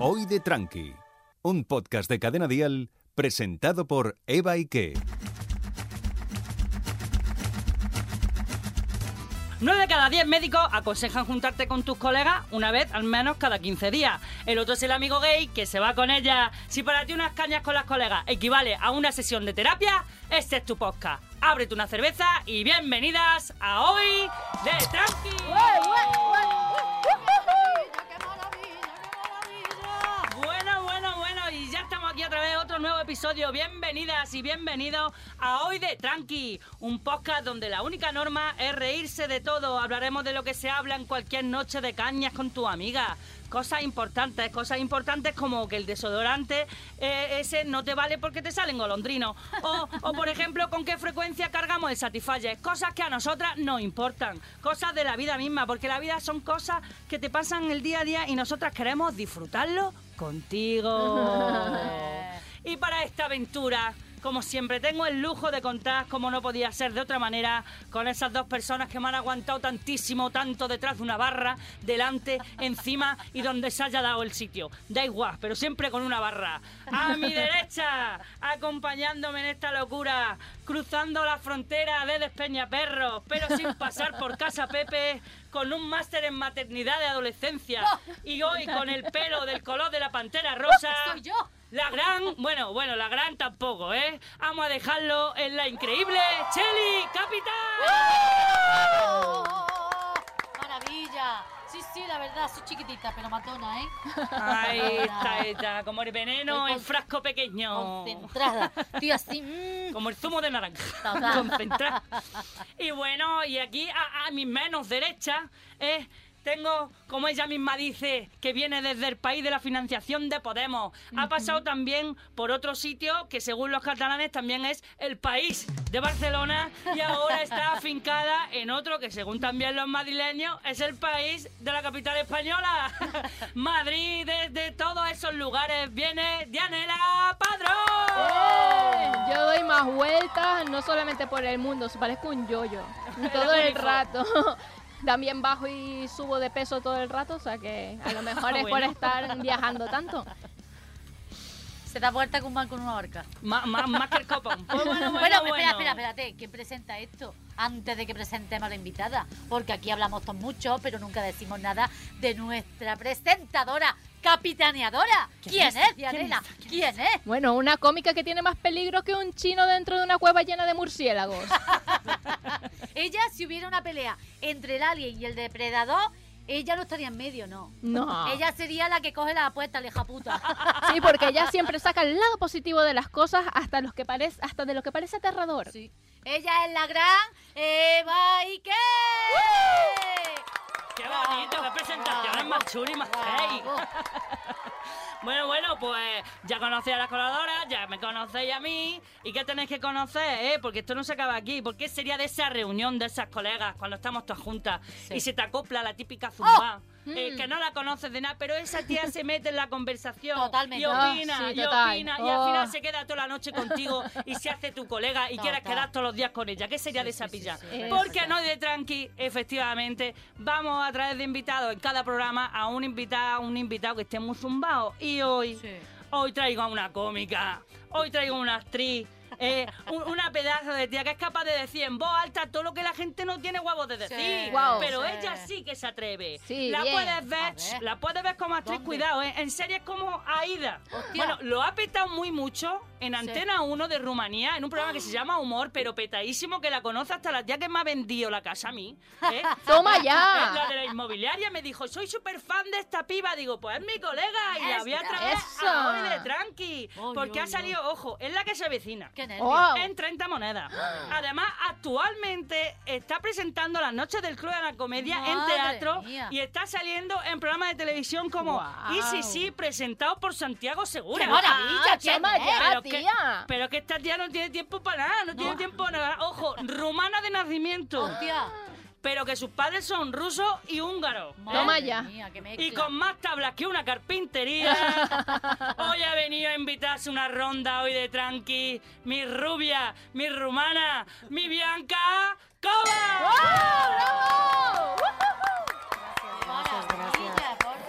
Hoy de Tranqui, un podcast de Cadena Dial presentado por Eva Ike. 9 de cada 10 médicos aconsejan juntarte con tus colegas una vez al menos cada 15 días. El otro es el amigo gay que se va con ella. Si para ti unas cañas con las colegas equivale a una sesión de terapia, este es tu podcast. Ábrete una cerveza y bienvenidas a Hoy de Tranqui. Bueno, bueno, bueno, y ya estamos aquí otra vez, otro nuevo episodio. Bienvenidas y bienvenidos a Hoy de Tranqui, un podcast donde la única norma es reírse de todo. Hablaremos de lo que se habla en cualquier noche de cañas con tu amiga. Cosas importantes, cosas importantes como que el desodorante eh, ese no te vale porque te salen golondrinos. O, o, por ejemplo, con qué frecuencia cargamos el Satisfyer. Cosas que a nosotras no importan. Cosas de la vida misma, porque la vida son cosas que te pasan el día a día y nosotras queremos disfrutarlo contigo. y para esta aventura, como siempre, tengo el lujo de contar, como no podía ser de otra manera, con esas dos personas que me han aguantado tantísimo, tanto detrás de una barra, delante, encima y donde se haya dado el sitio. Da igual, pero siempre con una barra. A mi derecha, acompañándome en esta locura, cruzando la frontera de Despeñaperros, pero sin pasar por Casa Pepe, con un máster en maternidad de adolescencia y hoy con el pelo del color de la pantera rosa. Soy yo. La gran, bueno, bueno, la gran tampoco, ¿eh? Vamos a dejarlo en la increíble Cheli Capital. ¡Oh! Maravilla. Sí, sí, la verdad, soy chiquitita, pero matona, ¿eh? Ahí está, ahí está, como el veneno Estoy en con- frasco pequeño. Concentrada. Estoy así. mm, Como el zumo de naranja. Total. Concentrado. Y bueno, y aquí a, a mis manos derechas eh, tengo, como ella misma dice, que viene desde el país de la financiación de Podemos. Ha pasado también por otro sitio que según los catalanes también es el país de Barcelona y ahora está afincada en otro que según también los madrileños es el país de la capital española. Madrid, desde todos esos lugares viene Dianela ¡Oh! Padrón. Yo doy más vueltas, no solamente por el mundo, se parezco un yoyo. Todo el único. rato. También bajo y subo de peso todo el rato, o sea que a lo mejor es por Bueno. estar viajando tanto. Se da vuelta con un mal con una horca. Má- má- más que el copón. Oh, Pues bueno, bueno, espera, bueno. espera, espera, espérate. ¿Quién presenta esto? Antes de que presentemos a la invitada. Porque aquí hablamos todos mucho, pero nunca decimos nada de nuestra presentadora, capitaneadora. ¿Quién, es? es, Dianela? ¿Quién, es? Bueno, una cómica que tiene más peligro que un chino dentro de una cueva llena de murciélagos. Ella, si hubiera una pelea entre el alien y el depredador, ella no estaría en medio, ¿no? No. Ella sería la que coge la apuesta, leja puta. Sí, porque ella siempre saca el lado positivo de las cosas hasta los que parece, hasta de lo que parece aterrador. Sí. Ella es la gran Eva Ike. Qué bonito, qué presentaciones Bravo, más chulas y más gay. Bravo. Bueno, bueno, pues ya conocéis a las coladoras, ya me conocéis a mí. ¿Y qué tenéis que conocer, eh? Porque esto no se acaba aquí. ¿Por qué sería de esa reunión de esas colegas cuando estamos todas juntas y se te acopla la típica zumba? eh, que no la conoces de nada, pero esa tía se mete en la conversación Totalmente. y opina, Ah, sí, y total. opina, y al final Oh. se queda toda la noche contigo y se hace tu colega y Total. quieres quedar todos los días con ella. ¿Qué sería de esa sí, sí, pilla? sí, sí. Porque no de tranqui, efectivamente, vamos a traer de invitado en cada programa a un invitado, un invitado que esté muy zumbado. Y hoy, hoy traigo a una cómica, hoy traigo a una actriz, eh, un- una pedazo de tía que es capaz de decir en voz alta todo lo que la gente no tiene huevos de decir. Guau. pero sí. ella sí que se atreve. Sí, la bien. puedes A ver, ver. la puedes ver como actriz, ¿Dónde? cuidado, eh, en series como Aida. Hostia. Bueno, lo ha petado muy mucho en Antena 1 de Rumanía, en un programa que se llama Humor, pero petadísimo, que la conoce hasta la tía que me ha vendido la casa a mí. ¿eh? Toma Es La ya. de la inmobiliaria me dijo, soy súper fan de esta piba. Digo, pues es mi colega y la voy a traer Eso. a hoy de tranqui. Oy, Porque oy, ha salido, ojo, es la que se vecina. Qué nervios. Oh. En 30 monedas. Además, actualmente está presentando las noches del Club de la Comedia en Madre teatro mía. y está saliendo en programas de televisión como Guau. Y sí, sí, presentado por Santiago Segura. Qué maravilla, Ah, ¿quién toma es? ya, Pero que- tía. Pero es que esta tía no tiene tiempo para nada, no, tiene tiempo para nada. Ojo, rumana de nacimiento, Hostia. pero que sus padres son rusos y húngaros. ¿eh? Madre Toma ya. mía, qué Eh, mezcla. Y con más tablas que una carpintería. hoy ha venido a invitarse una ronda hoy de tranqui. Mi rubia, mi rumana, mi Bianca Cova. Maravilla, por favor. Joder,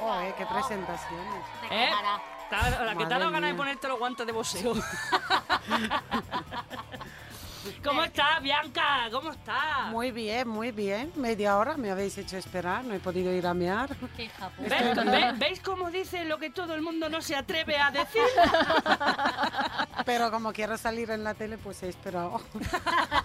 Oh, eh, qué presentaciones. De ¿Eh? cámara. Te ha- La que te ha Madre dado ganas de mía. ponerte los guantes de boxeo. ¿Cómo estás, Bianca? ¿Cómo Ah. estás? Muy bien, muy bien. Media hora me habéis hecho esperar, no he podido ir a mear. Qué japo. ¿Ves, ve- veis cómo dice lo que todo el mundo no se atreve a decir? Pero como quiero salir en la tele, pues he esperado.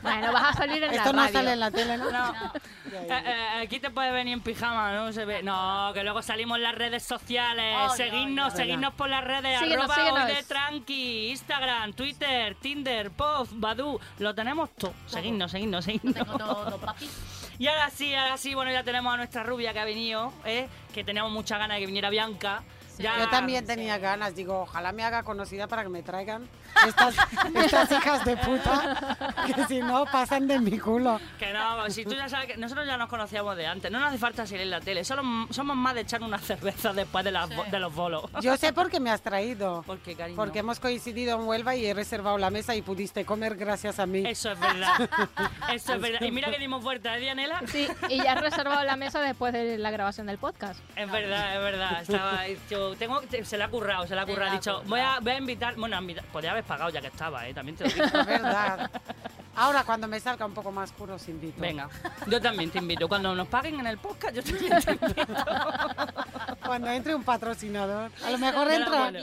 Bueno, vas a salir en la Esto no radio. sale en la tele, ¿no? No. Ya, Eh, ya. eh, aquí te puedes venir en pijama, ¿no? Se ve- No, que luego salimos en las redes sociales. Ay, ay, seguidnos, ay. seguidnos por las redes. Síguenos, arroba síguenos. hoy de tranqui, Instagram, Twitter, Tinder, Puff, Badu. Lo tenemos todo. Seguidnos, seguidnos, seguidnos. Tengo todo, papi. Y ahora sí, ahora sí, bueno, ya tenemos a nuestra rubia que ha venido, ¿eh? que teníamos mucha ganas de que viniera Bianca. Sí. Ya- Yo también tenía ganas, digo, ojalá me haga conocida para que me traigan estas, estas hijas de puta, que si no pasan de mi culo. Que no, si tú ya sabes que nosotros ya nos conocíamos de antes, no nos hace falta salir en la tele, solo m- somos más de echar una cerveza después de, las bo- Sí. de los bolos. Yo sé por qué me has traído, Porque, cariño, porque hemos coincidido en Huelva y he reservado la mesa y pudiste comer gracias a mí. eso es verdad, eso es verdad. Y mira que dimos vuelta, ¿eh, Dianela? Sí, y ya has reservado la mesa después de la grabación del podcast. Es verdad, es verdad. Estaba, yo tengo, se le ha currado, se le ha Se currado. Ha la ha dicho, currado. voy a, voy a invitar, bueno, a invitar- podría haber pagado ya que estaba, ¿eh? también te lo digo. Es verdad. Ahora cuando me salga un poco más oscuro os invito. Venga, yo también te invito. Cuando nos paguen en el podcast, yo también te invito. Cuando entre un patrocinador, a lo mejor entra. bueno.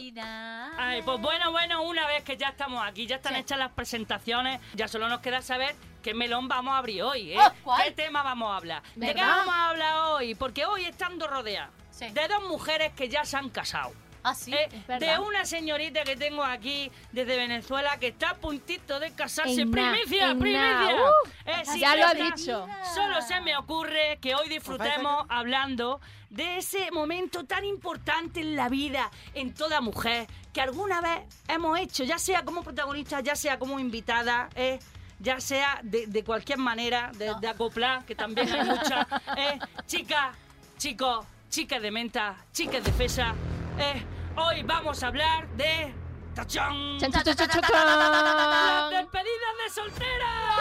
Ay, pues bueno, bueno, una vez que ya estamos aquí, ya están Sí. hechas las presentaciones, ya solo nos queda saber qué melón vamos a abrir hoy, ¿eh? Oh, ¿cuál? ¿Qué tema vamos a hablar? ¿De qué ¿Verdad? vamos a hablar hoy? Porque hoy estando rodeadas Sí. de dos mujeres que ya se han casado. Ah, sí. ¿eh? es verdad. de una señorita que tengo aquí desde Venezuela que está a puntito de casarse. En na, primicia, en primicia. na, uh, Eh, sí, ya lo ha esta- dicho. Solo se me ocurre que hoy disfrutemos hablando de ese momento tan importante en la vida, en toda mujer, que alguna vez hemos hecho, ya sea como protagonista, ya sea como invitada, eh, ya sea de, de cualquier manera, de, de acoplar, que también hay muchas. eh, chicas, chicos, chicas de menta, chicas de fesa. eh, hoy vamos a hablar de... ¡Tachán! Chan, chan, chan, chan, chan, ¡Las chan. despedidas de soltera!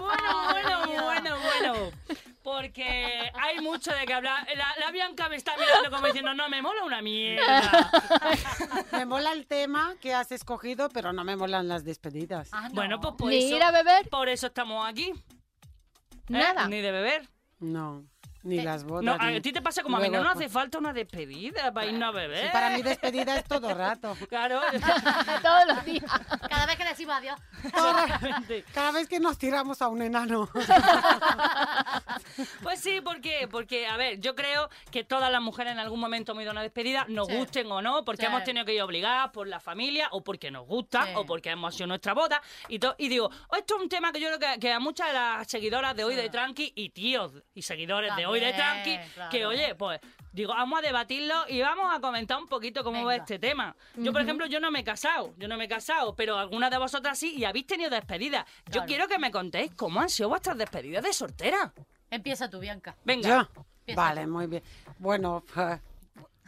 Bueno, bueno, bueno, bueno. Porque hay mucho de qué hablar. La, la Bianca me está mirando como diciendo, no, me mola una mierda. Ah, Me mola el tema que has escogido, pero no me molan las despedidas. Ah, no. Bueno, pues por Ni eso, ir a beber, por eso estamos aquí. ¿eh? nada. Ni de beber. No, ni las bodas. Eh, No, ni- a ti te pasa como a mí, no Luego, nos hace falta una despedida para irnos a beber. Para mí despedida es todo rato. Claro, Todos los días. Cada vez que decimos adiós. exactamente. Cada vez que nos tiramos a un enano. Pues sí, ¿por qué? Porque, a ver, yo creo que todas las mujeres en algún momento hemos ido a una despedida, nos Sí. gusten o no, porque Sí. hemos tenido que ir obligadas por la familia, o porque nos gusta, Sí. o porque hemos sido nuestra boda. Y, to- y digo, "Oh, esto es un tema que yo creo que, que a muchas de las seguidoras de hoy de Tranqui y tíos y seguidores de hoy de Tranqui, También, claro. que oye, pues. Digo, vamos a debatirlo y vamos a comentar un poquito cómo va Venga. este tema. Yo, por ejemplo, yo no me he casado, yo no me he casado, pero algunas de vosotras sí y habéis tenido despedidas. Yo Claro. quiero que me contéis cómo han sido vuestras despedidas de soltera. Empieza tú, Bianca. Venga. Yo. Empieza. Vale, muy bien. Bueno,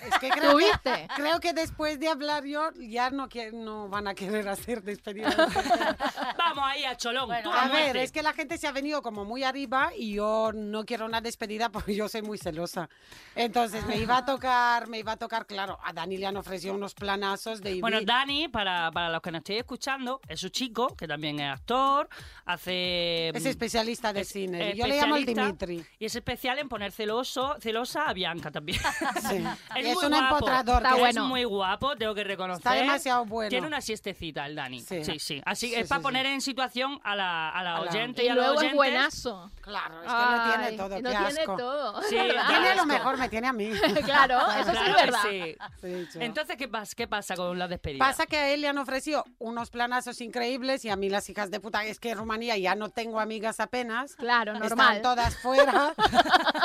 es que creo que, ¿Tuviste? creo que después de hablar yo ya no, quie- no van a querer hacer despedidas. de soltero. Vamos ahí a Cholón. Bueno, tú a este. A ver, muerte. es que la gente se ha venido como muy arriba y yo no quiero una despedida porque yo soy muy celosa. Entonces me iba a tocar, me iba a tocar, claro, a Dani le han ofrecido unos planazos de... Bueno, Ibiza. Dani, para, para los que nos estéis escuchando, es un chico que también es actor, hace... Es especialista de es- cine. es Yo le llamo el especialista Dimitri. Y es especial en poner celoso, celosa a Bianca también. Sí. Es Y es muy un guapo. empotrador. Está que- Es bueno. muy guapo, tengo que reconocer. Está demasiado bueno. Tiene una siestecita el Dani. Sí, Sí. sí. Así Sí, es sí, para sí. poner en situación a la, a la A la- oyente y, Y a los luego es oyentes. buenazo. Claro, es que lo tiene Ay, todo, Lo qué tiene asco. todo. Sí, Tiene lo asco. mejor, me tiene a mí. Claro, eso sí Claro es que verdad. sí. Sí, yo. Entonces, ¿qué pasa, ¿qué pasa con la despedida? Pasa que a él le han ofrecido unos planazos increíbles y a mí las hijas de puta, es que en Rumanía ya no tengo amigas apenas. Claro, normal. Están todas fuera.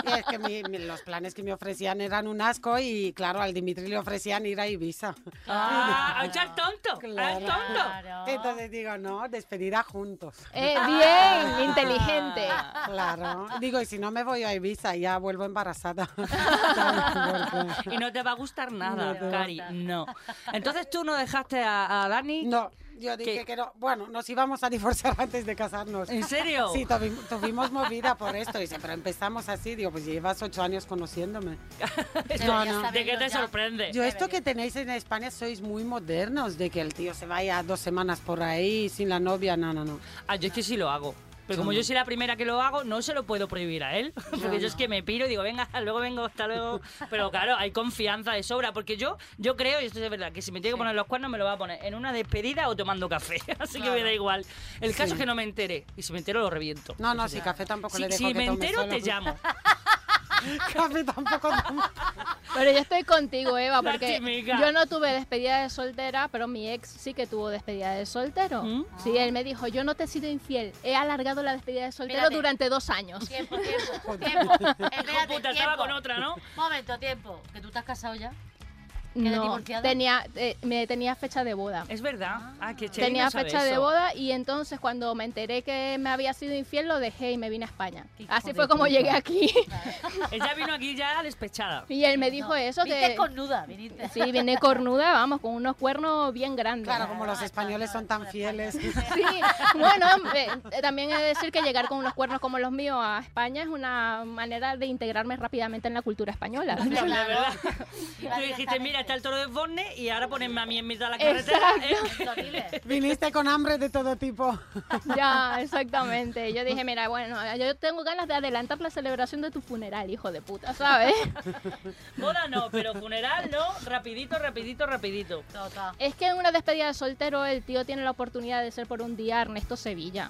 y es que mi- mi- los planes que me ofrecían eran un asco y claro, al Dimitri le ofrecían ir a Ibiza. Ah, echa el tonto, Claro. el tonto. Claro. Entonces digo, no, despedida juntos. Eh, bien, inteligente. Ah. Claro. Digo, y si no me voy a Ibiza, ya vuelvo embarazada. Y no te va a gustar nada, No te va a Cari, gustar. no. Entonces tú no dejaste a, a Dani. No, Yo dije ¿Qué? que no. Bueno, nos íbamos a divorciar antes de casarnos. ¿En serio? Sí, tuvi- tuvimos movida por esto. Dice, pero empezamos así. Digo, pues llevas ocho años conociéndome. No, no. ¿De qué saberlo te ya. sorprende? Yo, esto que tenéis en España, sois muy modernos, de que el tío se vaya dos semanas por ahí sin la novia. No, no, no. Ah, yo es que sí lo hago. Pero como yo soy la primera que lo hago, no se lo puedo prohibir a él. Porque yo es que me piro y digo, venga, hasta luego vengo, hasta luego. Pero claro, hay confianza de sobra. Porque yo, yo creo, y esto es verdad, que si me tiene que poner los cuernos, me lo va a poner en una despedida o tomando café. Así que me da igual. El caso es que no me entere. Y si me entero, lo reviento. No, no, si café tampoco Si, le dejo si que me tome entero, solo. te llamo. Café tampoco tomo. Pero yo estoy contigo, Eva, La porque tímica. yo no tuve despedida de soltera, pero mi ex sí que tuvo despedida de soltero. ¿Mm? Sí, él me dijo, yo no te he sido infiel, he alargado la despedida de soltero Espérate. durante dos años. Tiempo, tiempo, tiempo. Hijo Espérate, puta, tiempo. estaba con otra, ¿no? Momento, tiempo. Que tú estás casado ya. ¿Quedas No, divorciado? tenía, eh, me tenía fecha de boda. Es verdad. Ah, que Cheri tenía no sabe fecha de eso. boda y entonces cuando me enteré que me había sido infiel lo dejé y me vine a España. Qué hijo Así de fue como puta. llegué aquí Ella vino aquí ya despechada. y él me dijo No, eso Viniste que cornuda, viniste. sí, vine cornuda, vamos, con unos cuernos bien grandes. Claro, como los españoles son tan fieles. Sí, bueno, eh, también he de decir que llegar con unos cuernos como los míos a España es una manera de integrarme rápidamente en la cultura española. La verdad. Iba Tú dijiste, directamente. mira, está el toro de Borne y ahora ponerme a mí en mitad de la carretera. ¿eh? Los toriles. Viniste con hambre de todo tipo. Ya, exactamente. Yo dije, mira, bueno, yo tengo ganas de adelantar la celebración de tu funeral, hijo de puta, ¿sabes? Eh, Boda no, pero funeral no. Rapidito, rapidito, rapidito. Total. Es que en una despedida de soltero el tío tiene la oportunidad de ser por un día Ernesto Sevilla.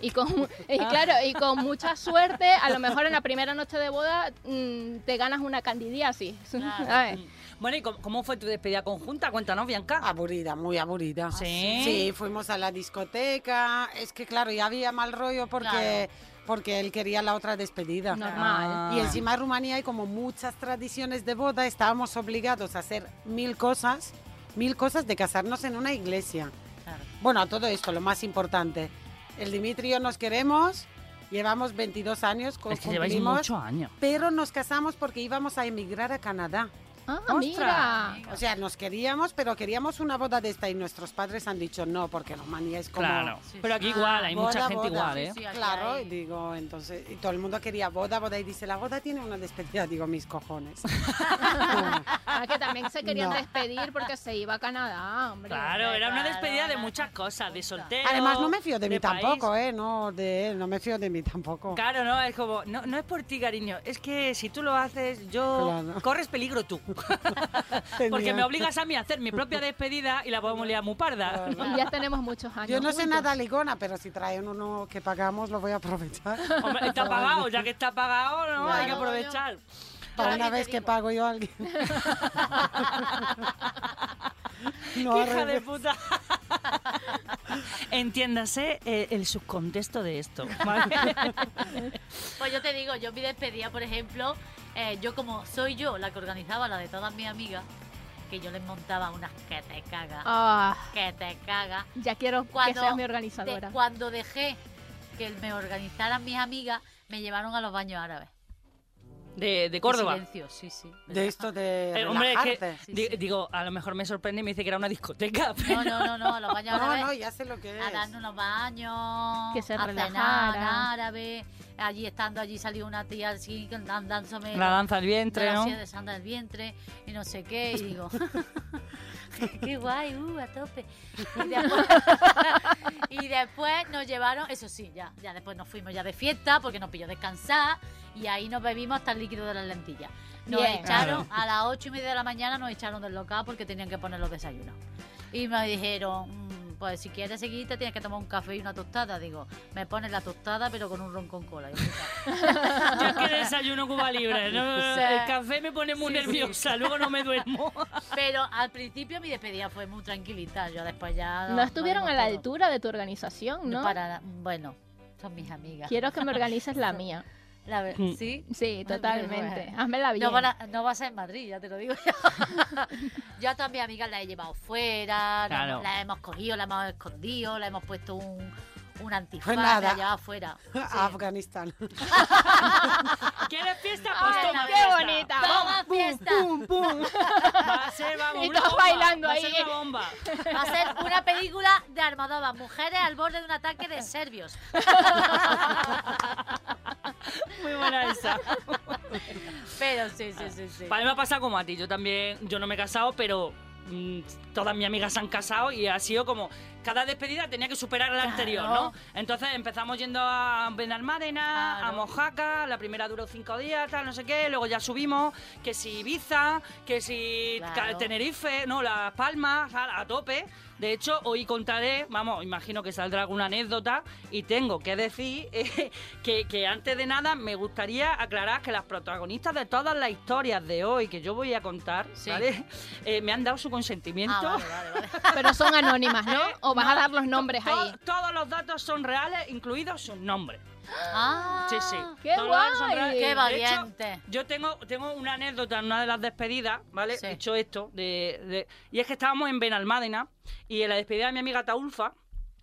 Y, con, y claro, y con mucha suerte, a lo mejor en la primera noche de boda mm, te ganas una candidiasis. Claro. ¿sabes? Mm. Bueno, ¿y cómo, cómo fue tu despedida conjunta? Cuéntanos, Bianca. Aburrida, muy aburrida. ¿Sí? Sí, fuimos a la discoteca. Es que claro, ya había mal rollo porque, porque él quería la otra despedida. Normal. Ah. Y encima en Rumanía hay como muchas tradiciones de boda, estábamos obligados a hacer mil cosas, mil cosas de casarnos en una iglesia. Claro. Bueno, a todo esto, lo más importante. El Dimitri y yo nos queremos, llevamos 22 años, co- Es que lleváis cumplimos, muchos años. pero nos casamos porque íbamos a emigrar a Canadá. Ah, Ostras. mira. O sea, nos queríamos, pero queríamos una boda de esta y nuestros padres han dicho no, porque Rumanía es como... Ah, Claro. Sí, sí. Pero aquí igual, hay Boda, mucha gente boda. igual, ¿eh? Sí, sí. aquí Claro, hay- y digo, entonces, y todo el mundo quería boda, boda, y dice, la boda tiene una despedida, digo, mis cojones. Ah, que también se querían No. despedir porque se iba a Canadá, hombre. Claro, era una despedida de Claro, muchas cosas, de soltero. Además, no me fío de mí país. tampoco, ¿eh? No, de él, no me fío de mí tampoco. Claro, no, es como, no, no es por ti, cariño, es que si tú lo haces, yo Claro. corres peligro tú. Porque Tenía- me obligas a mí a hacer mi propia despedida y la podemos liar muy parda. Y ya tenemos muchos años. Yo no sé juntos. nada ligona, pero si traen uno que pagamos, lo voy a aprovechar. Hombre, está pagado, ya que está pagado, no, hay que Claro, aprovechar. Para Ahora una que te vez que digo. pago yo a alguien. No, ¡Qué al hija de revés. puta! Entiéndase eh, el subcontexto de esto. ¿vale? Pues yo te digo, yo mi despedida, por ejemplo, eh, yo como soy yo la que organizaba la de todas mis amigas, que yo les montaba unas que te cagas, Ah, que te cagas. ya quiero que Cuando seas mi De- organizadora. cuando dejé que me organizaran mis amigas, me llevaron a los baños árabes. De, de Córdoba. Silencio, sí, sí. Ah, De esto de Eh, hombre, es que, relajarte. Sí, di- sí. digo, a lo mejor me sorprende y me dice que era una discoteca. pero- No, no, no, no, a los baños No, árabes. no, ya sé lo que a es. darnos unos baños, Que se a cenar en relajara. árabe. Allí estando allí salió una tía así dándome La danza del vientre, de la Eh, ¿no? silla de sandal del vientre y no sé qué y digo qué guay uh, a tope y después, y después nos llevaron eso sí ya ya después nos fuimos ya de fiesta porque nos pilló descansar y ahí nos bebimos hasta el líquido de las lentillas nos Bien. echaron a las ocho y media de la mañana nos echaron del local porque tenían que poner los desayunos y me dijeron "Mm, pues si quieres seguir te tienes que tomar un café y una tostada digo me pones la tostada pero con un ron con cola Y yo, Yo es que desayuno Cuba Libre. ¿no? Sí. El café me pone muy Sí, sí. nerviosa, luego no me duermo. Pero al principio mi despedida fue muy tranquilita, yo después ya... No estuvieron a la dimos todo. altura de tu organización, ¿no? Para na- bueno, son mis amigas. Quiero que me organices la mía. La ver- Mm. ¿Sí? Sí, totalmente. bueno. Hazmela bien. No, van a- no va a ser en Madrid, ya te lo digo yo. yo a todas mis amigas las he llevado fuera, la- Claro. las hemos cogido, las hemos escondido, las hemos puesto un, un antifaz, Pues las nada. he llevado fuera. A Afganistán. ¿Quieres fiesta? Pues Ay, toma qué fiesta. bonita. ¡Toma fiesta! Va a ser, vamos, Y una todos bomba, bailando va a ser ahí. una bomba. Va a ser una película de Almodóvar, mujeres al borde de un ataque de serbios. Muy buena esa. Pero sí, sí, sí, sí. Para mí me ha pasado como a ti. Yo también, yo no me he casado, pero mm, todas mis amigas se han casado y ha sido como cada despedida tenía que superar la anterior, ¿no? Entonces empezamos yendo a Benalmádena, a Claro. Mojaca, la primera duró cinco días, tal, no sé qué, luego ya subimos, que si Ibiza, que si Ca- Claro. Tenerife, no, Las Palmas, a, a tope. De hecho, hoy contaré, vamos, imagino que saldrá alguna anécdota y tengo que decir eh, que, que antes de nada me gustaría aclarar que las protagonistas de todas las historias de hoy que yo voy a contar, Sí. ¿vale? Eh, me han dado su consentimiento. Ah, vale, vale, vale. Pero son anónimas, ¿no? O vas a dar los nombres To- ahí. Todos los datos son reales, incluidos sus nombres. Ah, Sí, sí. ¡Qué Todos los datos son guay! reales. ¡Qué De hecho, valiente! yo tengo, tengo una anécdota en una de las despedidas, ¿vale? Sí. He hecho esto. De, de- y es que estábamos en Benalmádena y en la despedida de mi amiga Taulfa.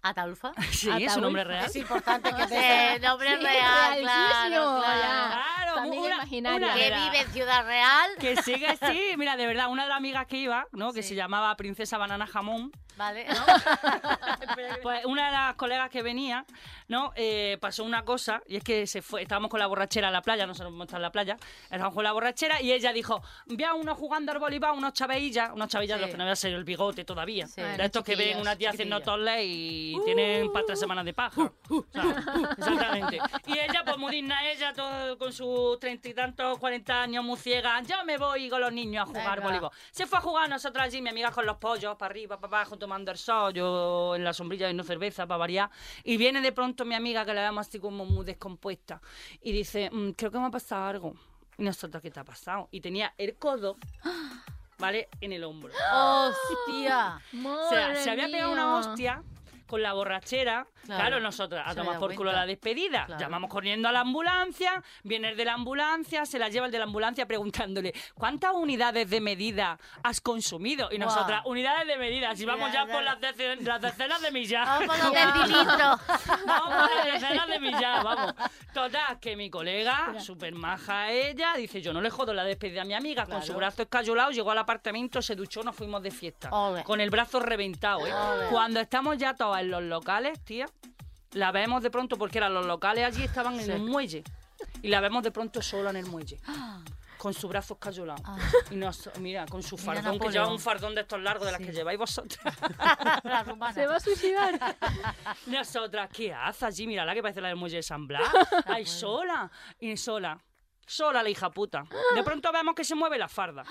Ah, ¿Ataulfa? Sí, es Ataulfa. su nombre real. Es importante que Sí, te nombre Sí, real, realísimo, claro, claro. ya. Claro, Familia una- imaginaria. una- Que Era- vive en Ciudad Real. Que sí, que sí. Mira, de verdad, una de las amigas que iba, ¿no? Que Sí. se llamaba Princesa Banana Jamón. Vale. Pues una de las colegas que venía, ¿no? Eh, pasó una cosa, y es que se fue, estábamos con la borrachera a la playa, nosotros hemos estado en la playa, estábamos con la borrachera, y ella dijo, ve a uno jugando al voleibol, unos chaveillas, unos chaveillas Sí. de los que no había salido el bigote todavía. Sí. De Bueno, estos que ven chiquillos, una tía haciendo chiquitillos. toles y tienen para Uh. tres semanas de paja. O sea, exactamente. Y ella, pues muy digna ella, todo con sus treinta y tantos, cuarenta años, muy ciega, yo me voy con los niños a jugar Venga. voleibol. Se fue a jugar nosotras allí, mi amiga con los pollos, para arriba, para abajo, tomando el sol, yo en la sombrilla y no cerveza, para variar. Y viene de pronto mi amiga, que la vemos así como muy descompuesta, y dice, "Mm, creo que me ha pasado algo. Y nosotros, ¿qué te ha pasado? Y tenía el codo, ¿vale?, en el hombro. ¡Hostia! O sea, Madre se había pegado mía. una hostia con la borrachera. Claro. Claro, nosotros a Se tomar había por dado culo cuenta. la despedida. Claro. Llamamos corriendo a la ambulancia, viene el de la ambulancia, se la lleva el de la ambulancia preguntándole ¿cuántas unidades de medida has consumido? Y Guau. nosotras, unidades de medida, si vamos Ya, ya, ya. por las, dece- las decenas de millas. Vamos por los Ya. decilitros. Vamos por las decenas de millas, vamos. Total, que mi colega, súper maja ella, dice, yo no le jodo la despedida a mi amiga. Claro. Con su brazo escayolado llegó al apartamento, se duchó, nos fuimos de fiesta. Ole. Con el brazo reventado, ¿eh? Ole. Cuando estamos ya todos en los locales, tía, la vemos de pronto, porque eran los locales allí, estaban Sí. en un muelle. Y la vemos de pronto sola en el muelle. Con su brazo escayolado. Ah. Y nos, mira, con su Mira, fardón, que Napoleón. lleva un fardón de estos largos de Sí. las que lleváis vosotras. La rumana. Se va a suicidar. Nosotras, ¿qué haces allí? Mírala que parece la del muelle de San Blas. Ay, sola. Y sola. Sola la hija puta. De pronto vemos que se mueve la farda.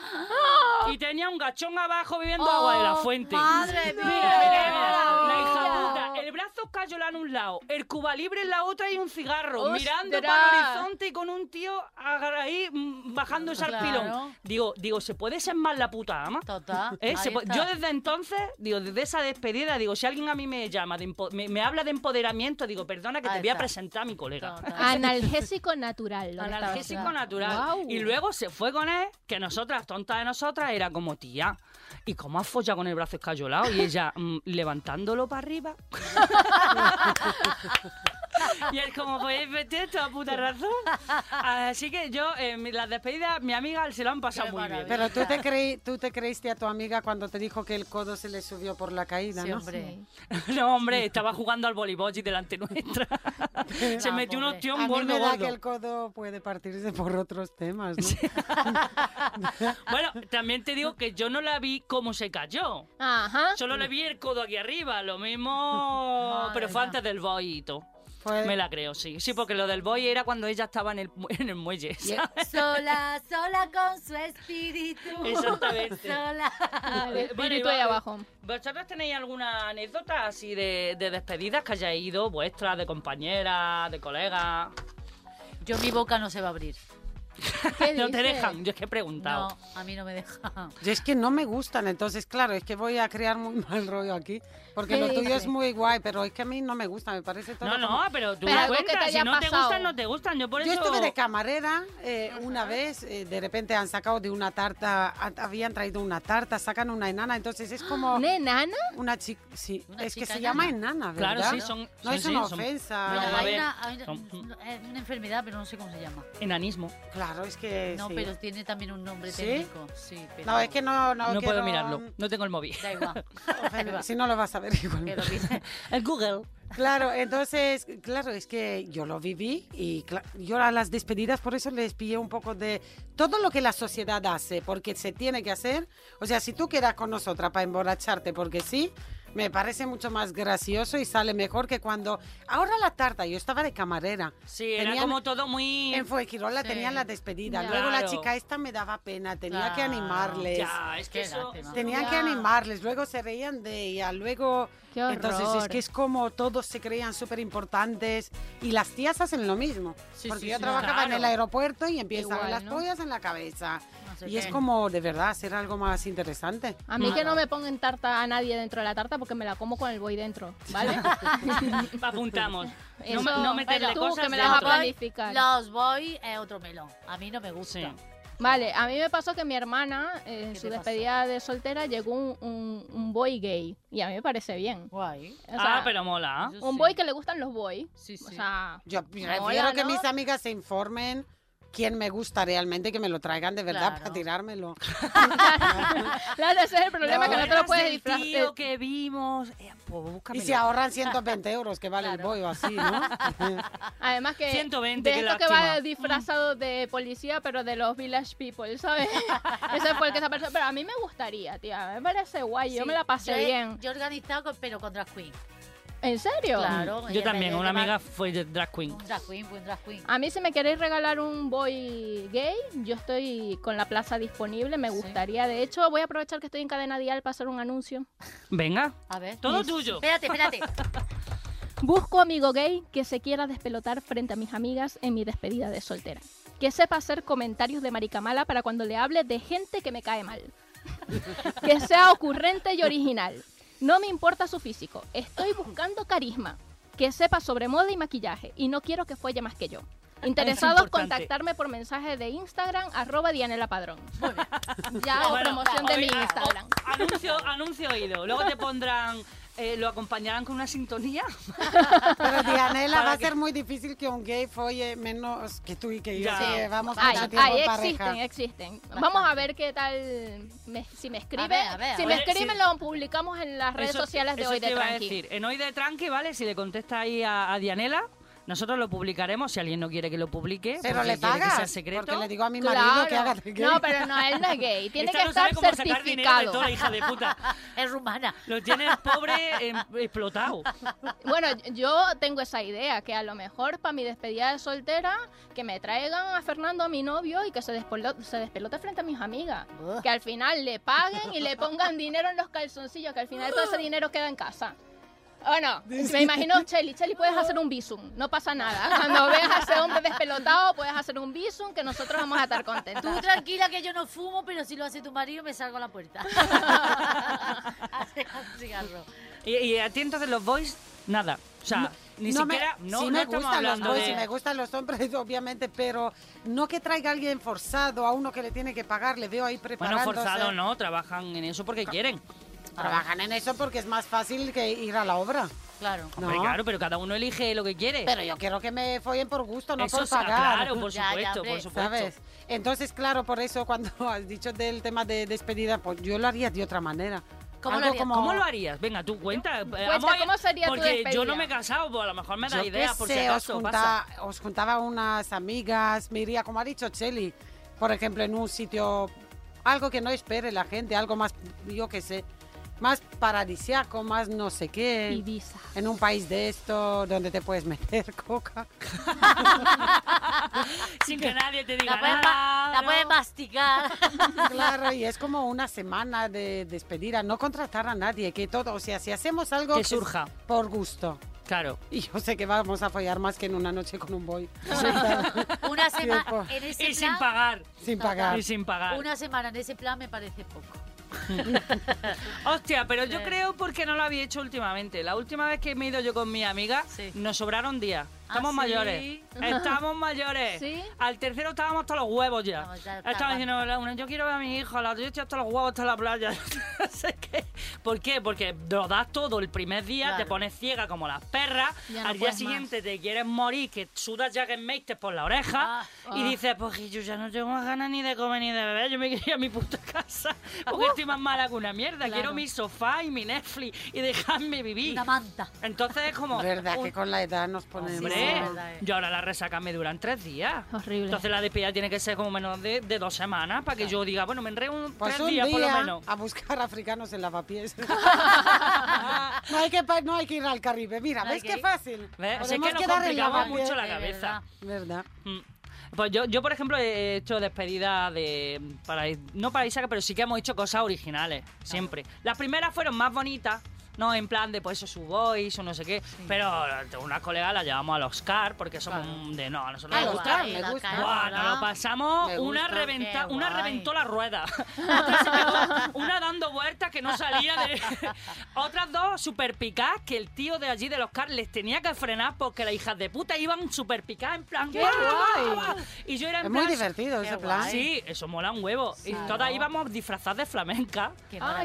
Y tenía un gachón abajo bebiendo agua de la Oh, fuente. madre mía. Mira, mira, mira. La Maravilla. hija puta. El brazo cayó en un lado, el cuba libre en la otra y un cigarro. Ostras. Mirando para el horizonte y con un tío agar- ahí mm, bajando ese Claro. alpilón. Digo, digo, ¿se puede ser más la puta ama? Total. Eh, ahí se po- está. yo desde entonces, digo, desde esa despedida, digo, si alguien a mí me llama, de empo- me, me habla de empoderamiento, digo, perdona que Ahí te voy a está. presentar a mi colega. Total. Analgésico natural. lo que estaba Analgésico haciendo. natural. Guau. Y luego se fue con él, que nosotras, tontas de nosotras, era como tía. ¿Y cómo has follado con el brazo escayolado? Y ella mm, levantándolo para arriba. y él como, pues vete, toda puta razón. Así que yo, en las despedidas, mi amiga se lo han pasado Qué muy bien. maravilla. Pero tú te, creí, tú te creíste a tu amiga cuando te dijo que el codo se le subió por la caída, Sí, ¿no? hombre. No, hombre, estaba jugando al voleibol allí delante nuestra. Se Vamos, metió un hombre. A ostión mí gordo, me da que gordo. el codo puede partirse por otros temas, ¿no? Bueno, también te digo que yo no la vi cómo se cayó. Ajá. Solo le vi el codo aquí arriba, lo mismo, Madre pero fue mía. antes del boito. Fue- Me la creo, sí. Sí, porque lo del boy era cuando ella estaba en el, mu- en el muelle. ¿sabes? Sola, sola con su espíritu. Exactamente. Sola. El Bueno, espíritu iba- ahí abajo. ¿Vosotros tenéis alguna anécdota así de, de despedidas que hayáis ido, vuestras, de compañeras, de colegas? Yo mi boca no se va a abrir. ¿Qué No te dices? dejan, yo es que he preguntado. No, a mí no me deja. Yo es que no me gustan, entonces claro, es que voy a crear muy mal rollo aquí, porque ¿Qué lo tuyo dices? es muy guay, pero es que a mí no me gusta, me parece todo. No, como- no, pero tú Pero me algo que te cuentas. Si haya no te pasado. gustan, no te gustan. Yo por Yo eso. estuve de camarera eh, una vez, eh, de repente han sacado de una tarta, a- habían traído una tarta, sacan una enana, entonces es como ¿Una enana? una chica, sí, Una es que chica se llama enana. enana, ¿verdad? Claro, sí, son. No son- es sí, una son- ofensa. Vamos Bueno, a hay ver. una, hay una- Son- es una enfermedad, pero no sé cómo se llama. Enanismo. Claro, es que. No, Eh, sí. pero tiene también un nombre ¿Sí? técnico. Sí, pero... No, es que no. No, no puedo quiero mirarlo, no tengo el móvil. Da igual. ofender, Da Si no lo vas a ver igual. igual, que lo dice. El Google. Claro, entonces, claro, es que yo lo viví y cla- yo a las despedidas por eso les pillé un poco de todo lo que la sociedad hace, porque se tiene que hacer. O sea, si tú quedas con nosotras para emborracharte porque sí, me parece mucho más gracioso y sale mejor que cuando... Ahora la tarta, yo estaba de camarera. Sí, era Tenían- como todo muy... En Fuengirola Sí. tenían la despedida. Ya. Luego la Claro. chica esta me daba pena, tenía que Claro, animarles. Ya, es que Qué eso... lástima. Tenían que Ah. Ya. animarles, luego se reían de ella, luego... Qué horror. Entonces es que es como todos se creían súper importantes y las tías hacen lo mismo. Sí, porque sí, yo sí, trabajaba claro. en el aeropuerto y empiezan Igual, las ¿no? pollas en la cabeza. No sé y qué. es como de verdad hacer algo más interesante. A mí que no me pongan tarta a nadie dentro de la tarta porque me la como con el boy dentro, ¿vale? Apuntamos. No, Eso, me- no meterle tú, cosas que me Los las vas a dentro. boy- planificar. Los voy es otro melón. A mí no me gusta. Sí. Vale, a mí me pasó que mi hermana, eh, en ¿Qué su te pasó? despedida de soltera, llegó un, un- un boy gay. Y a mí me parece bien. Guay. O sea, ah, pero mola. Yo un sí. boy que le gustan los boys. Sí, sí. O sea, Yo prefiero Mola, que ¿no? mis amigas se informen quién me gusta realmente, que me lo traigan de verdad Claro. para tirármelo. claro, ese es el problema, No, que no te lo puedes El disfrazar. tío que vimos... Eh, pues búscamelo. Y se ahorran 120 euros que vale Claro. el bollo así, ¿no? Eh, Además que 120, de qué esto que lástima. va disfrazado de policía, pero de los village people, ¿sabes? Ese fue el que se apareció. Pero a mí me gustaría, tía. Me parece guay. Yo Sí, me la pasé yo he- bien. Yo he organizado, con- pero con drag queen. ¿En serio? Claro. Yo ella también, me- una me- amiga fue de drag queen. Un drag queen, un drag queen. A mí si me queréis regalar un boy gay, yo estoy con la plaza disponible, me Sí. gustaría. De hecho, voy a aprovechar que estoy en cadena dial para hacer un anuncio. Venga, A ver. todo tuyo. Espérate, espérate. Busco amigo gay que se quiera despelotar frente a mis amigas en mi despedida de soltera. Que sepa hacer comentarios de maricamala para cuando le hable de gente que me cae mal. que sea ocurrente y original. No me importa su físico, estoy buscando carisma. Que sepa sobre moda y maquillaje y no quiero que folle más que yo. Interesados, importante. contactarme por mensaje de Instagram, arroba Dianela Padrón. Ya hago Bueno, promoción de mi oiga, Instagram. o- Anuncio, anuncio oído. Luego te pondrán, eh, lo acompañarán con una sintonía. Pero Dianela, Para va a que- ser muy difícil que un gay folle menos que tú y que yo. Ya. Sí, vamos a Ay, tiempo ay, en existen, pareja. existen. Vamos a ver qué tal, me- si me escribe, A ver, a ver, si a me ver. escribe Sí. lo publicamos en las redes Eso- sociales de eso hoy te de iba a Tranqui. decir. En hoy de Tranqui, ¿vale? Si le contesta ahí a, a Dianela, nosotros lo publicaremos. Si alguien no quiere que lo publique, Pero porque quiere le que sea pagas, porque secreto. le digo a mi marido Claro. que haga de gay. No, pero no, él no es gay. Tiene Esta que no estar sabe cómo sacar dinero de certificado. todo, la hija de puta. Es rumana. Lo tiene el pobre em, explotado. Bueno, yo tengo esa idea, que a lo mejor para mi despedida de soltera, que me traigan a Fernando, a mi novio, y que se, despelo- se despelote frente a mis amigas. Ugh. Que al final le paguen y le pongan dinero en los calzoncillos, que al final todo ese dinero queda en casa. Bueno, me imagino, Cheli, Cheli, puedes hacer un visum, no pasa nada. Cuando veas a ese hombre despelotado, puedes hacer un visum, que nosotros vamos a estar Tú contentos. tranquila que yo no fumo, pero si lo hace tu marido me salgo a la puerta. Hace un cigarro. Y, y a ti entonces los boys, nada. O sea, ni no siquiera... me, no, sí no me estamos gustan los hablando boys, de- sí me gustan los hombres, obviamente, pero no que traiga a alguien forzado, a uno que le tiene que pagar, le veo ahí Bueno, preparándose. forzado no, trabajan en eso porque quieren. Trabajan en eso porque es más fácil que ir a la obra. Claro. No, Hombre, claro, pero cada uno elige lo que quiere. pero yo quiero que me follen por gusto, no Eh. eso por está pagar. pues, claro, por Ya, ya, supuesto, por hombre. supuesto. ¿Sabes? Entonces, claro, por eso cuando has dicho del tema de despedida, pues yo lo haría de otra manera. ¿Cómo lo Algo harías? como- ¿Cómo lo harías? Venga, tú cuenta. eh, vamos a ir- ¿cómo sería tu Porque yo despedida? no me he casado, pues a lo mejor me da Yo qué ideas, por si sé, acaso os, pasa. junta- os juntaba unas amigas, me iría, como ha dicho Cheli, por ejemplo, en un sitio, algo que no espere la gente, algo más, yo qué sé, más paradisiaco, más no sé qué. Ibiza. En un país de esto, donde te puedes meter coca. Sin que nadie te diga La puedes, ma- nada. la ¿no? puedes masticar. Claro, y es como una semana de despedida, no contratar a nadie, que todo, o sea, si hacemos algo Que surja. por gusto. Claro. Y yo sé que vamos a follar más que en una noche con un boy. Una semana Tiempo. en ese Y sin plan, pagar. sin pagar. Y sin pagar. una semana en ese plan me parece poco. Hostia, pero yo Sí. creo porque no lo había hecho últimamente. La última vez que me he ido yo con mi amiga, Sí. Ah, nos sobraron días. Estamos sí. mayores. Estamos mayores. ¿Sí? Al tercero estábamos hasta los huevos ya. Vamos, ya está, Estaba diciendo, la una, yo quiero ver a mi hijo, la otra, yo estoy hasta los huevos, hasta la playa. No sé qué. ¿Por qué? Porque lo das todo el primer día, te Claro. pones ciega como las perras, Ya no al día puedes siguiente te quieres morir, que sudas ya que Meister por la oreja, Ah, y ah. dices, pues que yo ya no tengo más ganas ni de comer ni de beber, yo me quería a mi puta casa, porque estoy más mala que una mierda, quiero Claro. mi sofá y mi Netflix y dejarme vivir. Una manta. Entonces es como... Verdad un- que con la edad nos ponemos. Sí, sí, Hombre, es verdad, eh. yo ahora la resaca me duran tres días. Horrible. Entonces la despedida tiene que ser como menos de, de dos semanas para que yo diga, bueno, me enreo un, Pues tres un días por lo día menos. a buscar africanos en lavapiés. no, hay que, pa- no hay que ir al Caribe. Mira, No hay ¿ves que qué ir. fácil? ¿Ves? Podemos Si es que nos quedar en complicamos lavapiés. mucho la Es cabeza. verdad. Verdad. Mm. Pues yo, yo, por ejemplo, he hecho despedida de. Para, no para Isaac, pero sí que hemos hecho cosas originales, siempre. Las primeras fueron más bonitas, ¿no? En plan de, pues, eso, su voice o no sé qué. Pero unas colegas las llevamos al Oscar porque somos Claro. de. No, a nosotros Me Qué nos gusta, guay, me la gusta. cara, Buah, ¿verdad? nos lo pasamos. Me Una, gusta. reventa- Qué una guay. reventó la rueda. Otra se quedó- una dando vueltas que no salía. de- Otras dos super picadas que el tío de allí de los Oscar les tenía que frenar porque las hijas de puta iban super picadas en plan. ¡Qué ¡guau, guay! guau, guau! Y yo era en Es plan. muy divertido ese guay. plan. Sí, eso mola un huevo. Y Claro. todas íbamos disfrazadas de flamenca. Qué Ah, qué maravilla.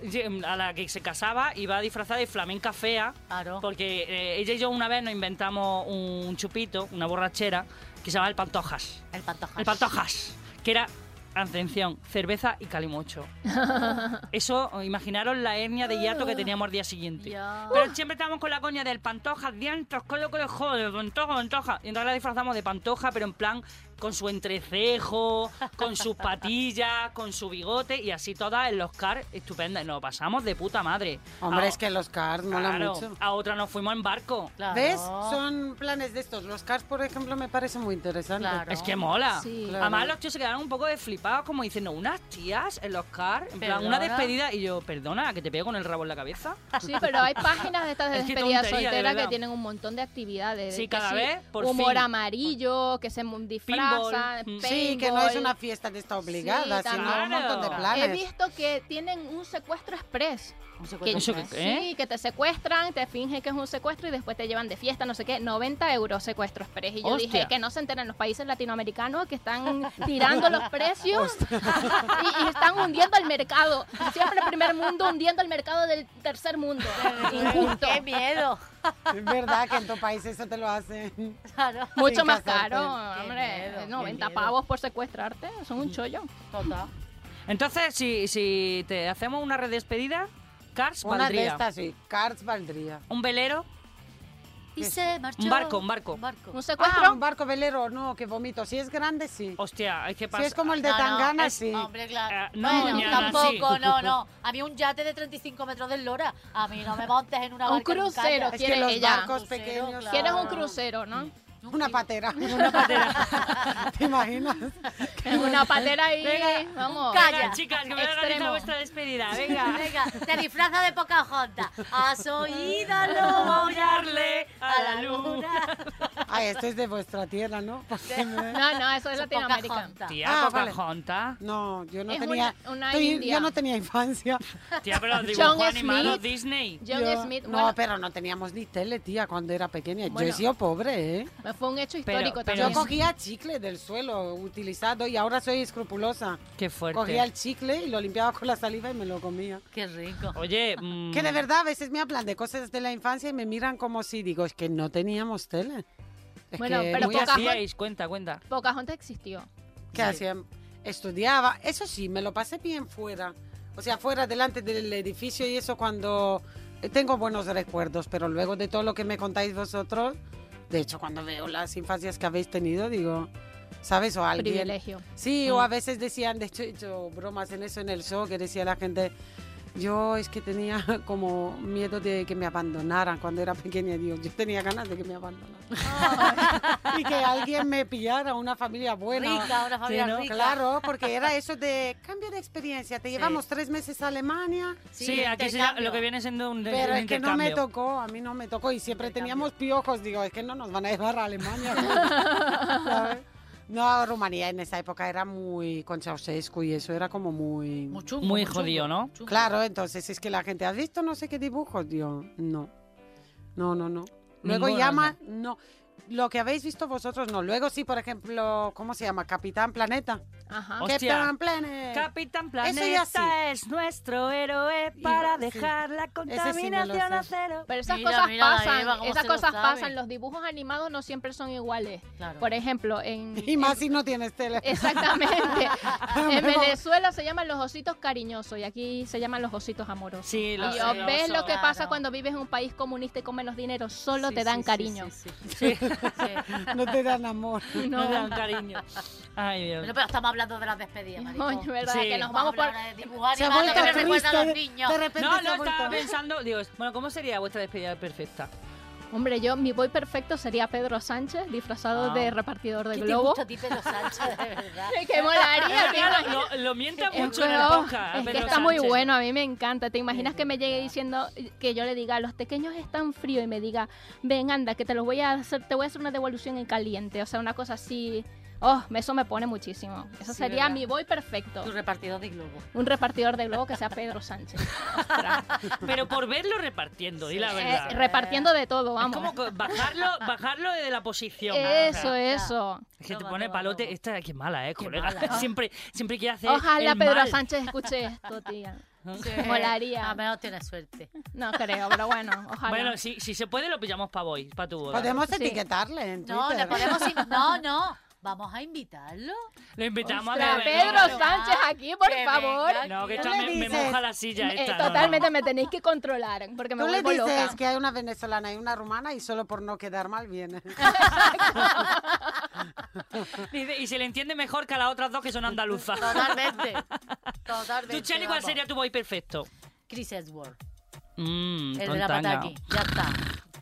Porque a, chulo. a la que se casaba iba disfrazada de flamenca fea. Claro. Porque eh, ella y yo una vez nos inventamos un chupito, una borrachera, que se llamaba el Pantojas. El pantoja. El Pantojas, que era, atención, cerveza y calimocho. Eso, imaginaros la hernia de hiato que teníamos al día siguiente. Ya. Pero siempre estábamos con la coña del Pantojas, diantos, colo, colo, joder, pantoja, pantoja. Y entonces la disfrazamos de Pantoja, pero en plan con su entrecejo, con sus patillas, con su bigote y así todas en los car estupendas. Nos lo pasamos de puta madre. Hombre, A- es que los cars molan Ah. claro, Ah, mucho. A otra nos fuimos en barco. Claro. ¿Ves? Son planes de estos. Los cars, por ejemplo, me parecen muy interesantes. Claro. Es que mola. Sí. Claro. Además, los tíos se quedaron un poco de flipados, como diciendo, unas tías en los car, en plan, una Perdona. despedida. Y yo, perdona, que te pego con el rabo en la cabeza. Sí, pero hay páginas de estas de Es que despedida tontería, de soltera verdad. que tienen un montón de actividades. Sí, que cada vez, por Humor fin. amarillo, que se mu- Pinball. disfrazan. Mm. Sí, que no es paintball. una fiesta de esta obligada, Sí, sino también. un montón de Claro. He planes. visto que tienen un secuestro express. Un Que, secuestro ¿Eso express. qué? Sí, que te secuestran, te fingen que es un secuestro y después te llevan de fiesta, no sé qué. 90 euros secuestro express. Y yo Hostia. dije que no se enteren los países latinoamericanos que están tirando los precios y, y están hundiendo el mercado. Siempre el primer mundo hundiendo el mercado del tercer mundo. Injusto. Qué miedo. Es verdad que en tu país eso te lo hacen. Claro. Mucho Sin más casarte. caro, Qué hombre. miedo, qué 90 miedo. Ah, pavos por secuestrarte, son un chollo. Total. Entonces, si, si te hacemos una red despedida, Cars Una de valdría. estas, sí. Cars valdría. Un velero, Y se marchó. Un barco, un barco. Un Ah, secuestro, un barco velero, no, que vomito. Si es grande, sí. hostia, es que Si pasa. es como el de Ah, No, no, Tangana, es- sí. Hombre, claro. Eh, no, bueno, ni ahora tampoco, sí. no, no. A mí un yate de 35 metros de lora. A mí no me montes en una Un barca nunca, crucero, ya. Es que quiere los ella. barcos Crucero, pequeños. claro. quieres un Ah. crucero, ¿no? Una patera. Una patera. ¿Te imaginas? Es una patera ahí, Venga, vamos. ca- Venga, Calla. chicas, que me voy a organizar Extremo. vuestra despedida. Venga. Venga, te disfraza de Pocahontas. Has oído lo maullarle a la luna. Ay, esto es de vuestra tierra, ¿no? No, no, eso es Latinoamérica. Pocahontas. Tía, Ah, vale. Pocahontas. No, yo no Es tenía. una- una estoy- india. yo no tenía infancia. Tía, pero los dibujos John animados Smith. Disney. John Yo- Smith, No, bueno, pero no teníamos ni tele, tía, cuando era pequeña. yo he Bueno. sido pobre, ¿eh? fue un hecho Pero- histórico pero- Yo también. cogía chicle del suelo utilizado y ahora soy escrupulosa. Qué fuerte. Cogía el chicle y lo limpiaba con la saliva y me lo comía. Qué rico. Oye, mm, Que de verdad a veces me hablan de cosas de la infancia y me miran como si digo, es que no teníamos tele. Es Bueno, que pero muy ¿qué así. Pocahontas- hacíais? Cuenta, cuenta. Pocahontas existió. ¿Qué hacían? Estudiaba. Eso sí, me lo pasé bien fuera. O sea, fuera, delante del edificio y eso cuando... eh, Tengo buenos recuerdos, pero luego de todo lo que me contáis vosotros, de hecho, cuando veo las infancias que habéis tenido, digo, ¿sabes? O alguien... Privilegio. Sí, Mm. o a veces decían, de hecho, he hecho bromas en eso en el show, que decía la gente, yo es que tenía como miedo de que me abandonaran cuando era pequeña, digo, yo tenía ganas de que me abandonaran. y que alguien me pillara, una familia buena. Rica, una familia Sí, ¿no? rica. Claro, porque era eso de cambio de experiencia, te llevamos tres meses a Alemania, Sí, aquí se llama- intercambio. lo que viene siendo un, pero un es que no me intercambio. tocó, a mí no me tocó y siempre teníamos piojos, digo, es que no nos van a llevar a Alemania. ¿sabes? No, Rumanía en esa época era muy con Ceausescu y eso era como muy... Muy chungo, Muy chungo, jodido, ¿no? chungo. Claro, entonces es que la gente, ¿has visto no sé qué dibujos? Digo, no, no, no, no. Luego Ninguno, llama, no. lo que habéis visto vosotros no. Luego sí, por ejemplo, ¿cómo se llama? Capitán Planeta. Ajá. Hostia. Capitán Planet. Capitán Eso ya Planeta es nuestro héroe para sí. dejar la me lo contaminación sé. a cero. Pero esas Mira, cosas mira la pasan, Eva, cómo esas se lo cosas sabe. pasan. Los dibujos animados no siempre son iguales. Claro. Por ejemplo, en y más si no tienes tele. Eh, exactamente en Venezuela se llaman los ositos cariñosos y aquí se llaman los ositos amorosos. Sí, lo y sé, os lo ves lo sé. que pasa claro. cuando vives en un país comunista y con menos dinero, solo Sí, te dan sí, sí, cariño. sí, sí. Sí. No te dan amor. No No, dan cariño. Ay, Dios. Bueno, pero estamos hablando de las despedidas, maricón. coño, verdad Sí. que nos vamos por a hablar de dibujar Se y ha nada, vuelto que me recuerda a los triste. niños. De repente No, se ha no, estaba vuelto. pensando, digo, bueno, ¿cómo sería vuestra despedida perfecta? Hombre, yo mi boy perfecto sería Pedro Sánchez disfrazado Ah. de repartidor de ¿Qué te globo. gusta a ti, Pedro Sánchez, de verdad? que molaría, Claro, ¿te imaginas? lo, lo mienta Es mucho en el bueno, podcast. es que Pedro está muy Sánchez. bueno, a mí me encanta. ¿Te imaginas que me llegue diciendo que yo le diga, los pequeños están fríos y me diga, ven, anda, que te los voy a hacer, te voy a hacer una devolución en caliente? O sea, una cosa así. Oh, eso me pone muchísimo. Eso Sí, sería ¿verdad? mi boy perfecto. Tu repartidor de globo. Un repartidor de globo que sea Pedro Sánchez. Ostras. Pero por verlo repartiendo, di la Sí, verdad. Eh, repartiendo de todo, es vamos. como co- bajarlo, bajarlo de la posición. Eso, es. eso. Es que te Toma, pone toma, palote. toma. Esta que mala, eh, Qué colega. mala. siempre, siempre quiere hacer. Ojalá el Pedro mal. Sánchez escuche esto, tía. Sí. Molaría. A lo mejor tienes suerte. No creo, pero bueno, ojalá. Bueno, si, si se puede, lo pillamos para voy, para tu boda. Podemos Sí. etiquetarle en No, le Twitter. podemos... in- No, no. Vamos a invitarlo. Lo invitamos Ostras, a beber. Pedro claro. Sánchez aquí, por Que favor. venga No, que aquí. esta ¿Qué me, le me dices? moja la silla. Eh, Esta, no, no. totalmente me tenéis que controlar porque me Tú le vuelvo dices loca. que hay una venezolana y una rumana y solo por no quedar mal viene. Dice, Y se le entiende mejor que a las otras dos que son andaluzas. Totalmente. ¿Tú, Totalmente. Chani, cuál vamos. sería tu boy perfecto? Chris Edward. Mm, El con de la tanga. pata aquí. Ya está.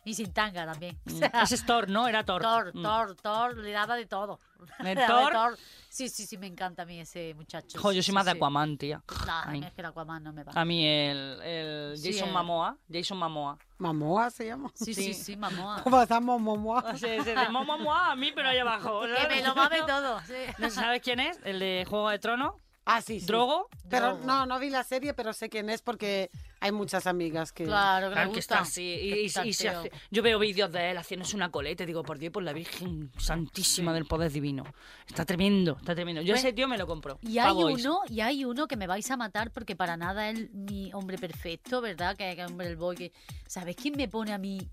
Y sin tanga también. O sea, Mm, Ese es Thor, ¿no? Era Thor. Thor, Mm. Thor, Thor, le daba de todo. ¿En Le daba de Thor? Sí, sí, sí, me encanta a mí ese muchacho. Jo, yo sí, soy más sí, de sí. Aquaman, tía. No, a Ay. Ah, mí es que el Aquaman no me va. A mí el, el Sí, eh. Jason el- Mamoa. Jason Mamoa. Mamoa se llama. Sí, sí, sí, mamoa. Pasamos Momoa. O sea, se de Momoa Moa a mí, pero allá abajo. Que me lo mame todo. sí. ¿No sabes quién es? El de Juego de Tronos. Ah, sí, sí. Drogo. Pero Drogo. no, no vi la serie, pero sé quién es porque hay muchas amigas que... Claro, que le Claro que está gusta. así. Y, y- Está y se feo. hace- yo veo vídeos de él haciéndose una coleta y digo, por Dios, por la Virgen Santísima del Poder Divino. Está tremendo, está tremendo. Yo Pues- ese tío me lo compro. Y Pa' hay boys. uno, y hay uno que me vais a matar porque para nada es mi hombre perfecto, ¿verdad? Que que hombre el boy que. ¿Sabes quién me pone a mí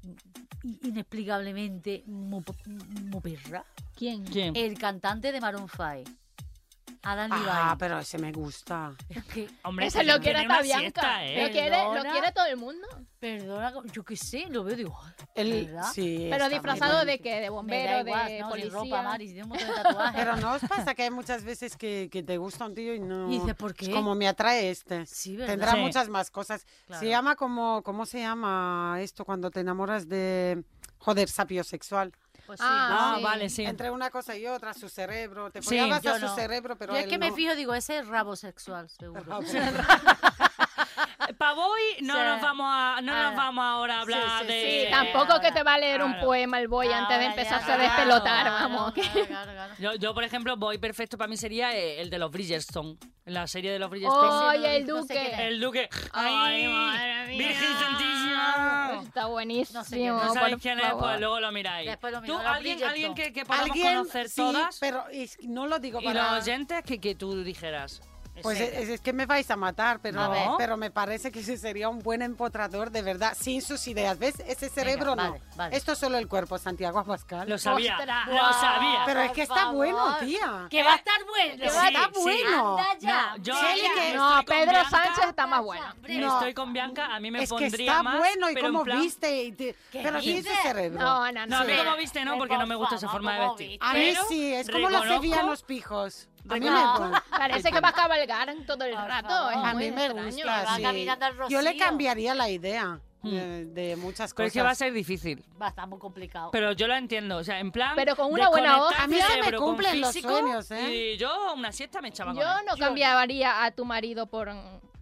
i- inexplicablemente mu mu perra? ¿Quién? ¿Quién? El cantante de Maroon 5. Adam Ah, Levine. pero ese me gusta. Es que, Hombre, Eso que lo no quiere tiene una hasta Bianca. siesta, ¿eh? lo, quiere, lo Perdona. quiere todo el mundo. perdona, yo qué sé, lo veo y digo, "Ay, El, ¿verdad? sí, Pero está disfrazado de muy bueno. qué? De Me bombero, da igual, de ¿no? Sin policía. ropa, Mari, si tiene un montón de tatuajes. Pero no os pasa que hay muchas veces que, que te gusta un tío y no... Y dices, ¿por qué? Es como me atrae este. Sí, ¿verdad? Tendrá Sí. muchas más cosas. Claro. Se llama como... ¿Cómo se llama esto cuando te enamoras de... Joder, sapiosexual. Pues Ah, Ah, sí. vale, sí. Entre una cosa y otra, su cerebro. Te Sí, follabas yo a su no. cerebro, pero Yo es él que me no. fijo, digo, ese es rabo sexual, seguro. Eh, Pavoy, no O sea, nos vamos a, no nos ah, vamos ahora a hablar sí, sí, de. Sí, Eh, tampoco ahora, que te va a leer un claro. poema el boy antes de Ahora empezarse ya, a despelotar, claro, vamos. que- claro, claro, claro. Yo, yo, por ejemplo, voy perfecto para mí sería eh, el de los Bridgerstone. La serie de los Bridgerstone. ¡Ay, no, el no sé duque! quién es. El Duque. Ay, ¡Ay, madre mía. Virgen Santísima! Está buenísimo. No sé quién es. No por sabéis quién es, favor. pues luego lo miráis. Después lo miro, ¿Tú, los alguien, Bridgerton. alguien que, que podamos Alguien, conocer sí, todas? pero es- no lo digo Y para... los oyentes que, que tú dijeras. Pues ese. es, es que me vais a matar, pero, A ver. pero me parece que ese sería un buen empotrador de verdad, sin sus ideas. ¿Ves? Ese cerebro no. vale, vale. Esto es solo el cuerpo, Santiago Pascal. lo sabía. Ostras, Lo sabía. Pero es que Por está favor. bueno, tía. Que va a estar bueno. Sí, está sí. bueno. Anda ya. No, yo hombre, Cheli, que- estoy No, con Pedro Bianca, Sánchez está más bueno. hombre. No. Estoy con Bianca, a mí me es que pondría está más. bueno y pero en cómo plan- viste. y te- pero sin su dices? cerebro. No, no, No, a no. mí Sí. como viste, no, porque no me gusta esa Vamos, forma de vamos, vestir. a mí Pero sí, es como los reconozco- sevillanos pijos. A mí, me, Reconozco- gusta. Parece que va a cabalgar todo el Por rato. favor. Es a muy mí me extraño. gusta. va sí. caminando al Yo le rocío. cambiaría la idea de, de muchas Mm. Pero cosas. es que va a ser difícil. Va a estar muy complicado. Pero yo lo entiendo, o sea, en plan. Pero con una buena desconectar hoja. A mí se me cerebro con cumplen los físico, sueños, ¿eh? Y yo una siesta me echaba con Yo él. no cambiaría a tu marido por,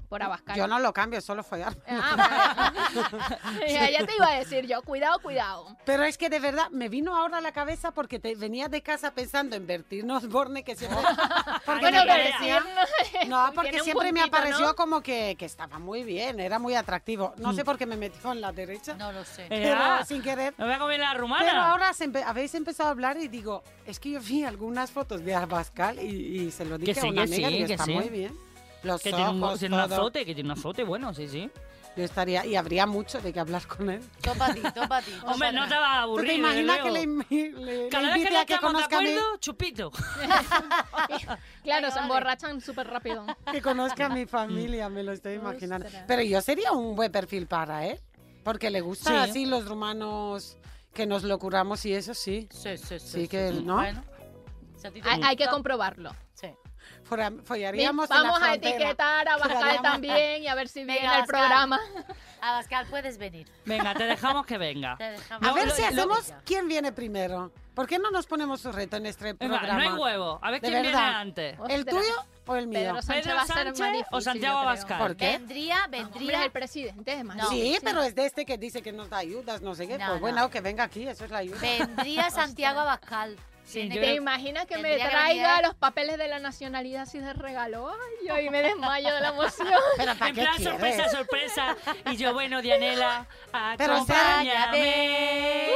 por Abascal. Yo no lo cambio, solo follar. Ah, vale. ya, ya te iba a decir yo, cuidado, cuidado. Pero es que de verdad me vino ahora a la cabeza porque te venía de casa pensando en vertirnos Borne que siempre. porque Bueno, me pero Andrea. parecía- No, porque Tiene un siempre me puntito, apareció ¿no? como que, que estaba muy bien, era muy atractivo. No Mm. sé por qué me metió en la derecha, No lo sé. pero Ah, sin querer. Me voy a comer la rumana. Pero ahora se empe- habéis empezado a hablar y digo, es que yo vi algunas fotos de Abascal y, y se lo dije Que a sí, una que amiga, sí, digo, que está sí. muy bien. Los que tiene, un, ojos, tiene un todo. azote, que tiene un azote, bueno, sí, sí. Yo estaría, y habría mucho de qué hablar con él. Topa a ti, topa a ti. topa Hombre, a no ti. te vas a ¿Tú aburrir. te desde imaginas que le, luego. invi- le- le Cada vez que invite no a que estamos de conozca a, mi, acuerdo, chupito. Claro, Venga, se vale. emborrachan súper rápido. que conozca a mi familia? Me lo estoy imaginando. Ostras. Pero yo sería un buen perfil para él, porque le gustan Sí. así los rumanos que nos lo curamos y eso sí. Sí, sí, sí. Sí que ¿no? Bueno. Si a ti te Hay, hay que gusta, comprobarlo. sí. Fuera- Follaríamos en la Vamos a frontera. etiquetar a Abascal Follaríamos- también y a ver si Venga, viene al Abascal. programa. Abascal, puedes venir. Venga, te dejamos que venga. Te dejamos. A ver Lo- si lo- hacemos quién viene primero. ¿Por qué no nos ponemos un reto en este Venga, programa? no hay huevo. A ver De quién viene verdad. antes. huevo. ¿El Ostras. tuyo o el mío? Pedro Sánchez Pedro va a ser más Sánchez difícil, o Santiago yo creo. Abascal. ¿Por qué? Vendría, Hombre, es vendría. el presidente de Madrid. No. Sí, pero es de este que dice que nos da ayudas, no sé qué. No, pues no. bueno, que venga aquí, eso es la ayuda. Vendría Santiago Abascal. Sí, Tiene yo ¿Te creo- imaginas que me Tendría que traiga venir. los papeles de la nacionalidad así de regalo? Ay, yo ahí me desmayo de la emoción. Pero ¿para En qué plan, quieres? sorpresa, sorpresa. Y yo, bueno, Dianela, Pero, o sea, acompáñame.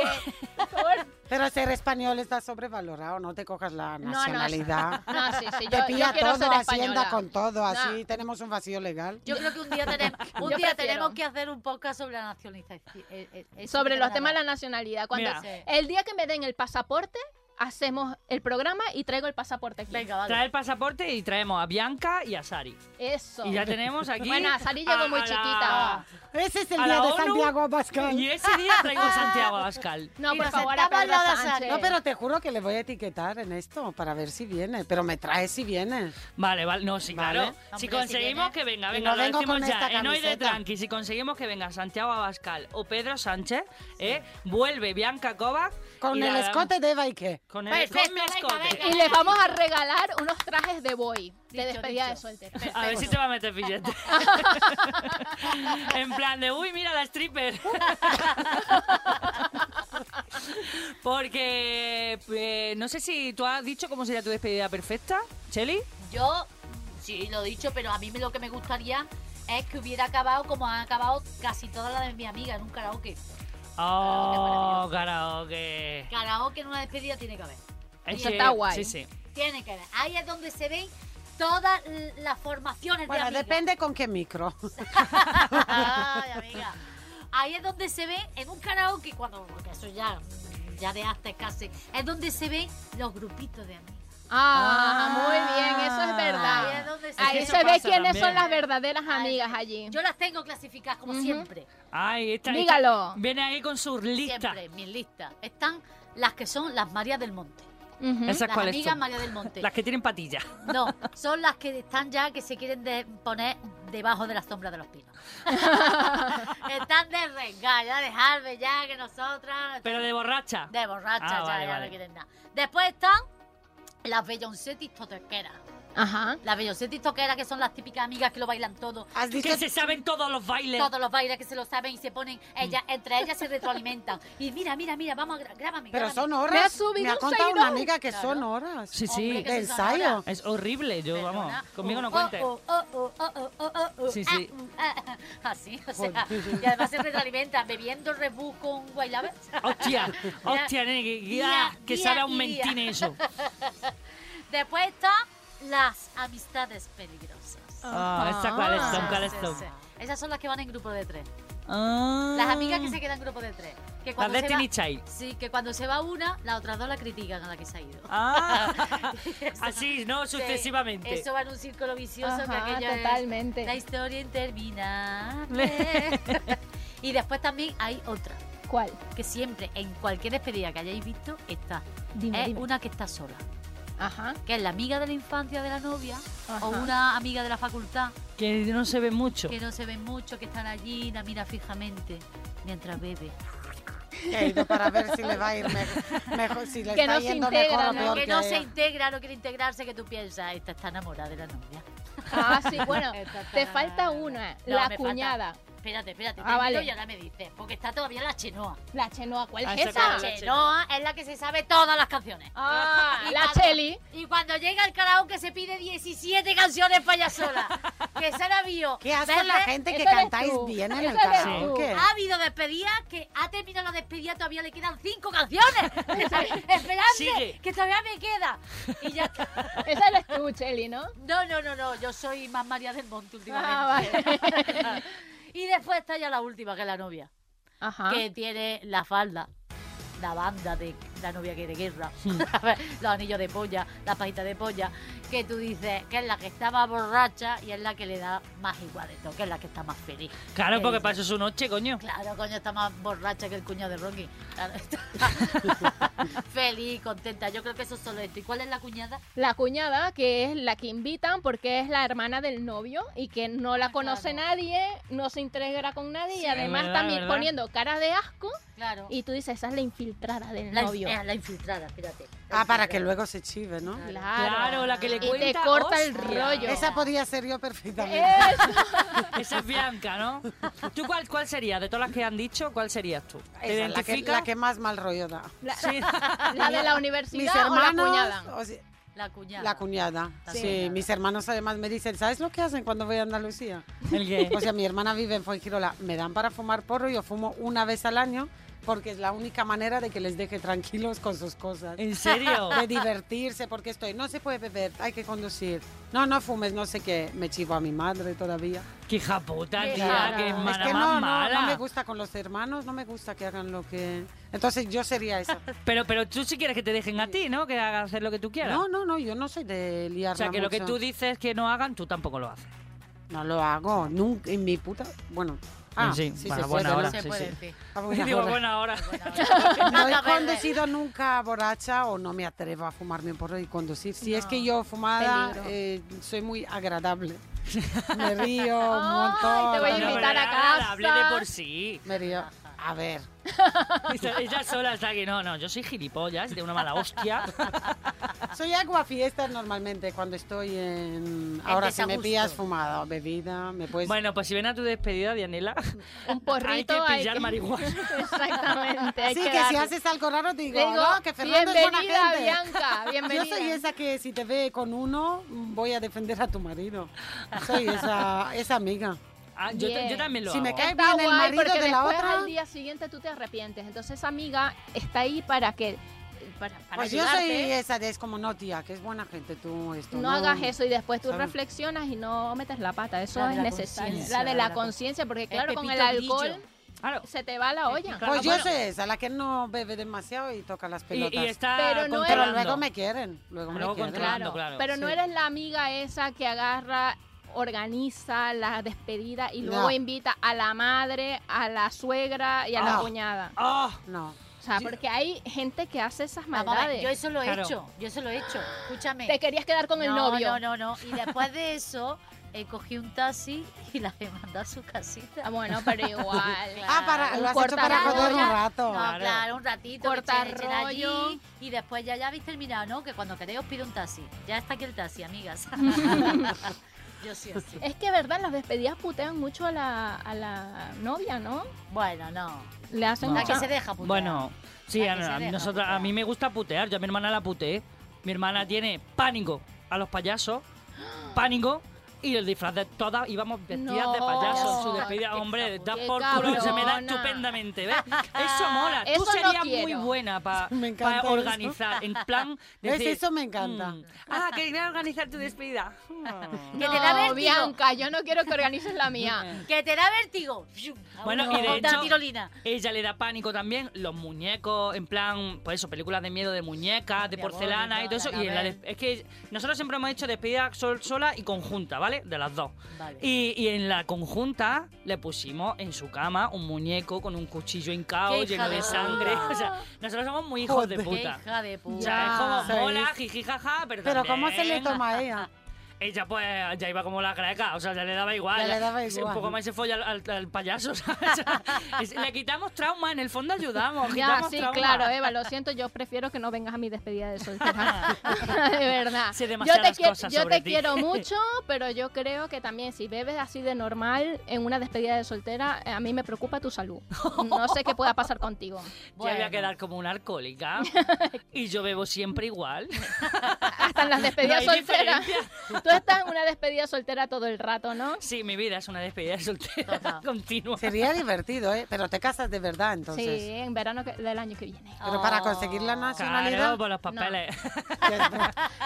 Pero ser español está sobrevalorado, no te cojas la No, no, nacionalidad. No, sí, sí, yo, Te yo pilla quiero todo, ser Hacienda española. con todo, así No. tenemos un vacío legal. Yo creo que un día tenemos, un Yo día prefiero. tenemos que hacer un podcast sobre la nacionalización. Eh, eh, eso Sobre me los van a temas de dar. la nacionalidad. Cuando Mira. Sí. El día que me den el pasaporte, hacemos el programa y traigo el pasaporte aquí. Venga, vale. Trae el pasaporte y traemos a Bianca y a Sari. Eso. Y ya tenemos aquí. Ah, Bueno, a Sari llegó a- muy a la- chiquita. Ese es el ¿A día la de ONU? Santiago Abascal. Y ese día traigo a Santiago Abascal. No, Y por nos favor, a Pedro sentamos al lado de Sánchez. Sari. No, pero te juro que le voy a etiquetar en esto para ver si viene. Pero me trae si viene. Vale, vale. No, sí, Vale. claro. Hombre, si si conseguimos viene. que venga, Y venga, no lo vengo decimos con ya. esta En hoy de camiseta. Tranqui, si conseguimos que venga Santiago Abascal o Pedro Sánchez, ¿eh? vuelve Bianca Kovac. y Con el la- escote de Baike. Con el Perfecto, con mi venga, escote. venga. Y les vamos a regalar unos trajes de boy de Dicho, despedida de dicho. soltero. A ver si te va a meter billete. en plan de, uy, mira la stripper. Porque eh, no sé si tú has dicho cómo sería tu despedida perfecta, Cheli. Yo, sí, lo he dicho, pero a mí lo que me gustaría es que hubiera acabado como han acabado casi todas las de mi amiga en un karaoke. Oh, karaoke. Karaoke en una despedida tiene que haber. Es Eso está guay. Sí, sí. Tiene que haber. Ahí es donde se ven todas l- las formaciones Bueno, de amigas. depende con qué micro. Ay, amiga. Ahí es donde se ve en un karaoke cuando porque eso ya ya de hasta casi. Es donde se ven los grupitos de amigas. Ah, muy bien, eso es Ahí es Ah. verdad. donde se Ahí ve. eso se ve pasa quiénes también. son las verdaderas Ahí amigas se- allí. Yo las tengo clasificadas como Ujú. siempre. Ay, esta, esta- Dígalo. viene ahí con sus listas. Siempre, en mis listas. Están las que son las Marías del Monte. Ujú. Esas Las cuáles amigas son? María del Monte. Las que tienen patillas. No, son las que están ya que se quieren de- poner debajo de la sombra de los pinos. están de renga, ya dejarme ya que nosotras. Pero de borracha. De borracha, Ah, ya, vale, ya vale. no quieren nada. Después están las Beyoncé tistoqueras. Ajá. Las Beyoncé tistoqueras que son las típicas amigas que lo bailan todo. Has dicho Que se saben todos los bailes. Todos los bailes que se lo saben y se ponen, ellas, Mm. entre ellas se retroalimentan. Y mira, mira, mira, vamos a gra- grábame. Pero grábame. son Me ha horas. subido ha un contado seguidor. una amiga que Claro. son horas. Sí, Hombre, sí. que de sí son horas. ensayo. Es horrible. Yo, Perdona. vamos, conmigo no Oh, cuentes. oh, oh, oh, oh, oh, oh, oh, oh, Sí, ah, sí. mm, ah, ah, ah. Así, o sea, y además se retroalimentan bebiendo rebú con guayaba. Hostia, hostia, nene, que, que- Día, que día será un y mentine día. eso. Después están las amistades peligrosas. Ah, esa cuáles Ah, son, cuáles Sí, sí, son. sí. Esas son las que van en grupo de tres. Ah. Las amigas que se quedan en grupo de tres. Que Las cuando se Destiny va- Child. Sí, que cuando se va una, las otras dos la critican a la que se ha ido. Ah, Eso- así, ¿no? sí, Sucesivamente. Eso va en un círculo vicioso que Ajá, aquello es- totalmente. La historia interminable. y después también hay otra, ¿Cuál? que siempre, en cualquier despedida que hayáis visto, está. Dime, es dime. una que está sola, Ajá. que es la amiga de la infancia de la novia Ajá. o una amiga de la facultad Que no se ve mucho. que no se ven mucho, que están allí, la mira fijamente mientras bebe. He ido para ver si le va a ir mejor, mejor si le Que está no se yendo integra, mejor o ¿no? peor que que no a se ella. integra, no quiere integrarse, que tú piensas, esta está enamorada de la novia. Ah, sí, bueno, Esta está- te falta una, No, me la falta- cuñada. Espérate, espérate. Ah, termino vale. Y ahora me dices, porque está todavía la chenoa. La Chenoa, ¿cuál Ah, es esa cuál esa? es. La Chenoa es la que se sabe todas las canciones. Ah, Y la cuando- Cheli. Y cuando llega el karaoke se pide 17 canciones para ella sola. que se la vio. ¿Qué hace Verle- la gente que Esa eres cantáis tú. bien en el Esa eres karaoke? Ah, tú. Ah, Ha habido despedidas que ha terminado la despedida, todavía le quedan cinco canciones. Esperadme, Sigue. que todavía me queda. Y ya está. Esa eres tú, Cheli, ¿no? No, no, no, no, yo soy más María del Monte últimamente. Ah, y después está ya la última, que es la novia, Ah. Ajá. que tiene la falda, la banda de la novia que de guerra, los anillos de polla, la pajita de polla, que tú dices que es la que está más borracha y es la que le da más igual de todo, que es la que está más feliz. Claro, Que porque dices, pasó su noche, coño. Claro, coño, está más borracha que el cuñado de Rocky. Claro, está feliz, contenta. Yo creo que eso es solo esto. ¿Y cuál es la cuñada? La cuñada, que es la que invitan porque es la hermana del novio y que no la conoce Ah, Claro. nadie, no se integra con nadie Sí, y además verdad, también verdad. poniendo cara de asco Claro. y tú dices, esa es la infiltrada del la, novio. eh, la infiltrada, fíjate. La pues Ah, para que infiltrada. luego se chive, Ah, ¿no? Claro. Claro, la que le Y te cuenta. corta el hostia. rollo. Esa podría ser yo perfectamente. Eso. Esa es Bianca, ¿no? ¿Tú cuál, cuál serías? De todas las que han dicho, ¿cuál serías tú? ¿Te Esa, la, que, identificas? la que más mal rollo da. La, Sí. la de la Mis universidad o la hermanos, cuñada. o sea, La cuñada. la cuñada. La sí, cuñada. mis hermanos además me dicen, ¿sabes lo que hacen cuando voy a Andalucía? ¿El qué? O sea, mi hermana vive en Fuengirola, me dan para fumar porro, yo fumo una vez al año porque es la única manera de que les deje tranquilos con sus cosas. ¿En serio? De divertirse, porque estoy, no se puede beber, hay que conducir. No, no fumes, no sé qué. Me chivo a mi madre todavía. ¡Qué hija puta, Qué tía! rara. ¡Qué Es es mala, que más no, no, mala! no me gusta con los hermanos, no me gusta que hagan lo que... Entonces yo sería esa. Pero, pero tú sí quieres que te dejen a ti, ¿no? Que hagas hacer lo que tú quieras. No, no, no, yo no soy de liarla o sea, que lo que mucho. tú dices que no hagan, tú tampoco lo haces. No lo hago, nunca en mi puta... Bueno, ah, Sí, sí, bueno, se buena puede, hora. ¿no? No se sí, puede sí. decir. Ah, buena Digo, hora. bueno, ahora. No No, he verde. conducido nunca borracha o no me atrevo a fumarme un porro y conducir. Si es que yo fumada peligro. eh, soy muy agradable. Me río un Ay, montón. te voy a Bueno, invitar pero a ahora casa. Hablé de por sí. Me río. A ver. Ella ella sola está aquí. No, no, yo soy gilipollas, de una mala hostia. Soy agua fiestas normalmente cuando estoy en... Ahora si me desagusto. pillas fumada o bebida, me puedes... Bueno, pues si ven a tu despedida, Dianela, Un porrito. hay que Pues hay pillar que- marihuana. Exactamente. hay sí, que, si darle. haces algo raro te digo, Le digo, "No, que Fernando es buena bienvenida, gente". Ah, Bianca, bienvenida. Yo soy esa que si te ve con uno, voy a defender a tu marido. Soy esa, esa amiga. Ah, yo, ta- Bien. yo también lo Si me hago. cae- Está bien el guay marido porque de la después otra. al día siguiente tú te arrepientes. Entonces esa amiga está ahí para que para, para Pues yo soy ayudarte. esa de es como no tía, que es buena gente tú esto. no hagas eso y después tú ¿sabes? reflexionas y no metes la pata. Eso La de es la necesario. conciencia, La de la la conciencia, porque claro, con el Pepito Grillo. alcohol Claro. se te va la olla. Claro, pues yo bueno. soy esa, la que no bebe demasiado y toca las Y, pelotas. y está Pero no Pero controlando. Ah, luego me quieren, Luego luego, me quieren. controlando. Claro, claro, pero no sí. eres la amiga esa que agarra, organiza la despedida y No. luego invita a la madre, a la suegra y a la Ah. cuñada. ¡Ah! No. O sea, porque hay gente que hace esas Vamos a ver, yo maldades. eso lo he Claro. hecho. Yo eso lo he hecho. Escúchame. Te querías quedar con el no, novio. No, no, no. Y después de eso, eh, cogí un taxi y la demandé a su casita. Ah, bueno, pero igual. Ah, para, Un lo has hecho para cortador, joder un ya. rato. No, Claro. claro, un ratito, Corta que echen- echen allí, rollo. y después ya, ya habéis terminado, ¿no? Que cuando queréis os pido un taxi. Ya está aquí el taxi, amigas. Yo sí así. Es que, ¿verdad? Las despedidas putean mucho a la, a la novia, ¿no? Bueno, no. Le hacen No. La que mucha... se deja putear. Bueno, sí, La a, que se a- deja nosotras- a putear. mí me gusta putear. Yo a mi hermana la puteé. Mi hermana tiene pánico a los payasos. Pánico. Y el disfraz de todas íbamos vestidas de No, payasos en su qué despedida. cabrona. Hombre, da Qué por culo que se me da cabrona. estupendamente, ¿ves? Eso mola. Eso Tú no serías muy quiero. buena para Me encanta eso. organizar. En plan. ¿Ves? decir, Eso me encanta. "Mm, ah, quería organizar tu despedida. Que te da No, vértigo. Bianca, yo no quiero que organices la mía. Que te da vértigo. Fiu, a Bueno, uno y de con una hecho- tirolina. Ella le da pánico también, los muñecos, en plan, pues eso, películas de miedo de muñecas, de Diabólica, porcelana y todo eso. Y en la Annabelle. des- es que nosotros siempre hemos hecho despedida sol- sola y conjunta, ¿vale? De las dos. Vale. Y, y en la conjunta le pusimos en su cama un muñeco con un cuchillo hincao ¡Qué hija lleno de de sangre. puta! O sea, nosotros somos muy hijos de Joder. Qué puta. hija de O puta. sea, es como Ya. mola, jiji, jaja, pero Pero ¿cómo se le también- toma a ella? ella pues ya iba como la greca, o sea, ya le daba igual. Ya le daba es Un igual. poco más se folla al, al- al payaso, ¿sabes? O sea, es- le quitamos trauma, en el fondo ayudamos. Ya, quitamos sí, trauma. claro, eh. Eva, lo siento, yo prefiero que no vengas a mi despedida de soltera. de verdad. Sé yo te, demasiadas quie- cosas yo sobre te ti. quiero mucho, pero yo creo que también si bebes así de normal en una despedida de soltera, eh, a mí me preocupa tu salud. No sé qué pueda pasar contigo. Ya voy a Bueno. quedar como una alcohólica. y yo bebo siempre igual. Hasta en las despedidas No hay solteras. Tú estás en una despedida soltera todo el rato, ¿no? Sí, mi vida es una despedida de soltera Total. continua. Sería divertido, ¿eh? Pero te casas de verdad, entonces. Sí, en verano que- del año que viene. Pero para conseguir la Oh. nacionalidad. Claro, por los papeles.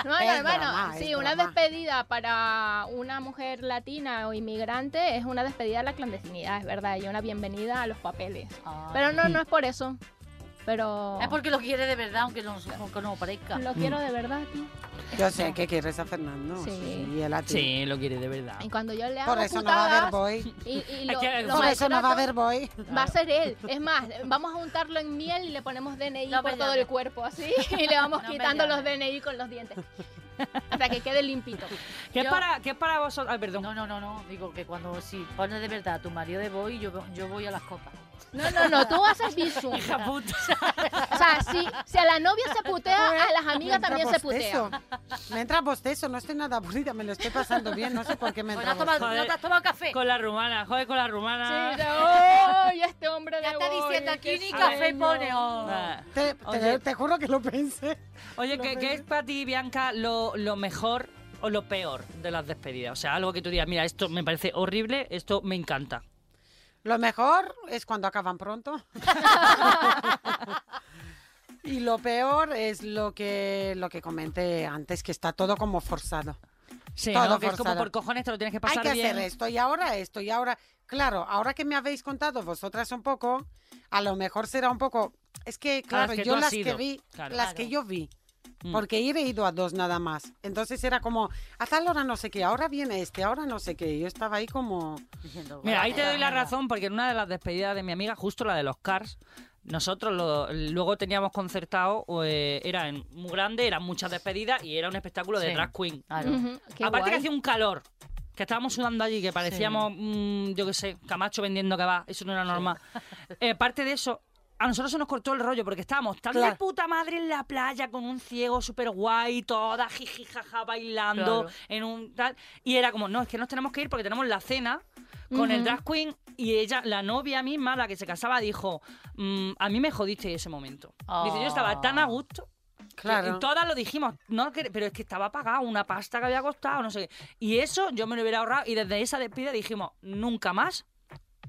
No, Es hermano, broma, sí, es una broma. despedida para una mujer latina o inmigrante es una despedida a la clandestinidad, es verdad, y una bienvenida a los papeles. Ah, Ay. Pero no, no es por eso. Pero Es porque lo quiere de verdad, aunque no, aunque no parezca. lo Mm. quiero de verdad aquí. Yo sé que quieres a Fernando. Sí. Sí. Y él a ti. Sí, lo quiere de verdad. Y cuando yo le hago Ah. Por eso no va a putadas, haber boy. y, y Es lo, que lo Por eso no va a maltrato, haber boy. Va a ser él. Es más, vamos a untarlo en miel y le ponemos DNI No me por todo llames. el cuerpo, así. Y le vamos No me quitando los llames. DNI con los dientes. Hasta que quede limpito. ¿Qué, es Yo- para, ¿Qué es para vosotros? Ay, perdón. No, no, no, no. Digo que cuando si pones de verdad a tu marido de boy, yo, yo voy a las copas. No, no, no, tú haces visum. Hija puta. O sea, si, si a la novia se putea, a las Me amigas entra también se putea. bostezo. Me entra bostezo, no estoy nada aburrida, me lo estoy pasando bien, no sé por qué me Pues no, entra has tomado- joder. no te has tomado café. Con la rumana, joder, con la rumana. Sí, de, ¡ay, este hombre de Ya está hoy, diciendo qué aquí ni sueño! café pone. oh. Ah. bostezo. Te, te- Oye. te juro que lo pensé. Oye, ¿qué, qué es para ti, Bianca, lo, lo mejor o lo peor de las despedidas? O sea, algo que tú digas, mira, esto me parece horrible, esto me encanta. Lo mejor es cuando acaban pronto. y lo peor es lo que, lo que comenté antes, que está todo como forzado. Sí, Todo ¿no? Que es como forzado. por cojones te lo tienes que pasar Hay que bien. hacer esto y ahora esto y ahora. Claro, ahora que me habéis contado vosotras un poco, a lo mejor será un poco. Es que, claro, las que tú yo has las que ido, vi, claro. Mm. las que yo vi. Porque he ido a dos nada más. Entonces era como, a tal hora no sé qué, ahora viene este, ahora no sé qué. Yo estaba ahí como. Diciendo, Mira, ahí te vaya, doy la mierda. razón, porque en una de las despedidas de mi amiga, justo la de los Cars, nosotros lo- luego teníamos concertado, eh, era en- muy grande, eran muchas despedidas y era un espectáculo de Sí. drag queen. Claro. Ujú, qué Aparte que guay. hacía un calor, que estábamos sudando allí, que parecíamos, mm, yo qué sé, Camacho vendiendo que va, eso no era normal. Eh, aparte de eso, a nosotros se nos cortó el rollo porque estábamos tan de Claro. puta madre en la playa con un ciego súper guay, toda jiji jaja bailando Claro. en un tal. Y era como, no, es que nos tenemos que ir porque tenemos la cena con el Ujú. drag queen y ella, la novia misma, la que se casaba, dijo, "Mm, a mí me jodiste ese momento. Dice, yo estaba tan a gusto. Claro. Y todas lo dijimos, no, que- pero es que estaba pagado una pasta que había costado, no sé qué. Y eso yo me lo hubiera ahorrado. Y desde esa despedida dijimos, nunca más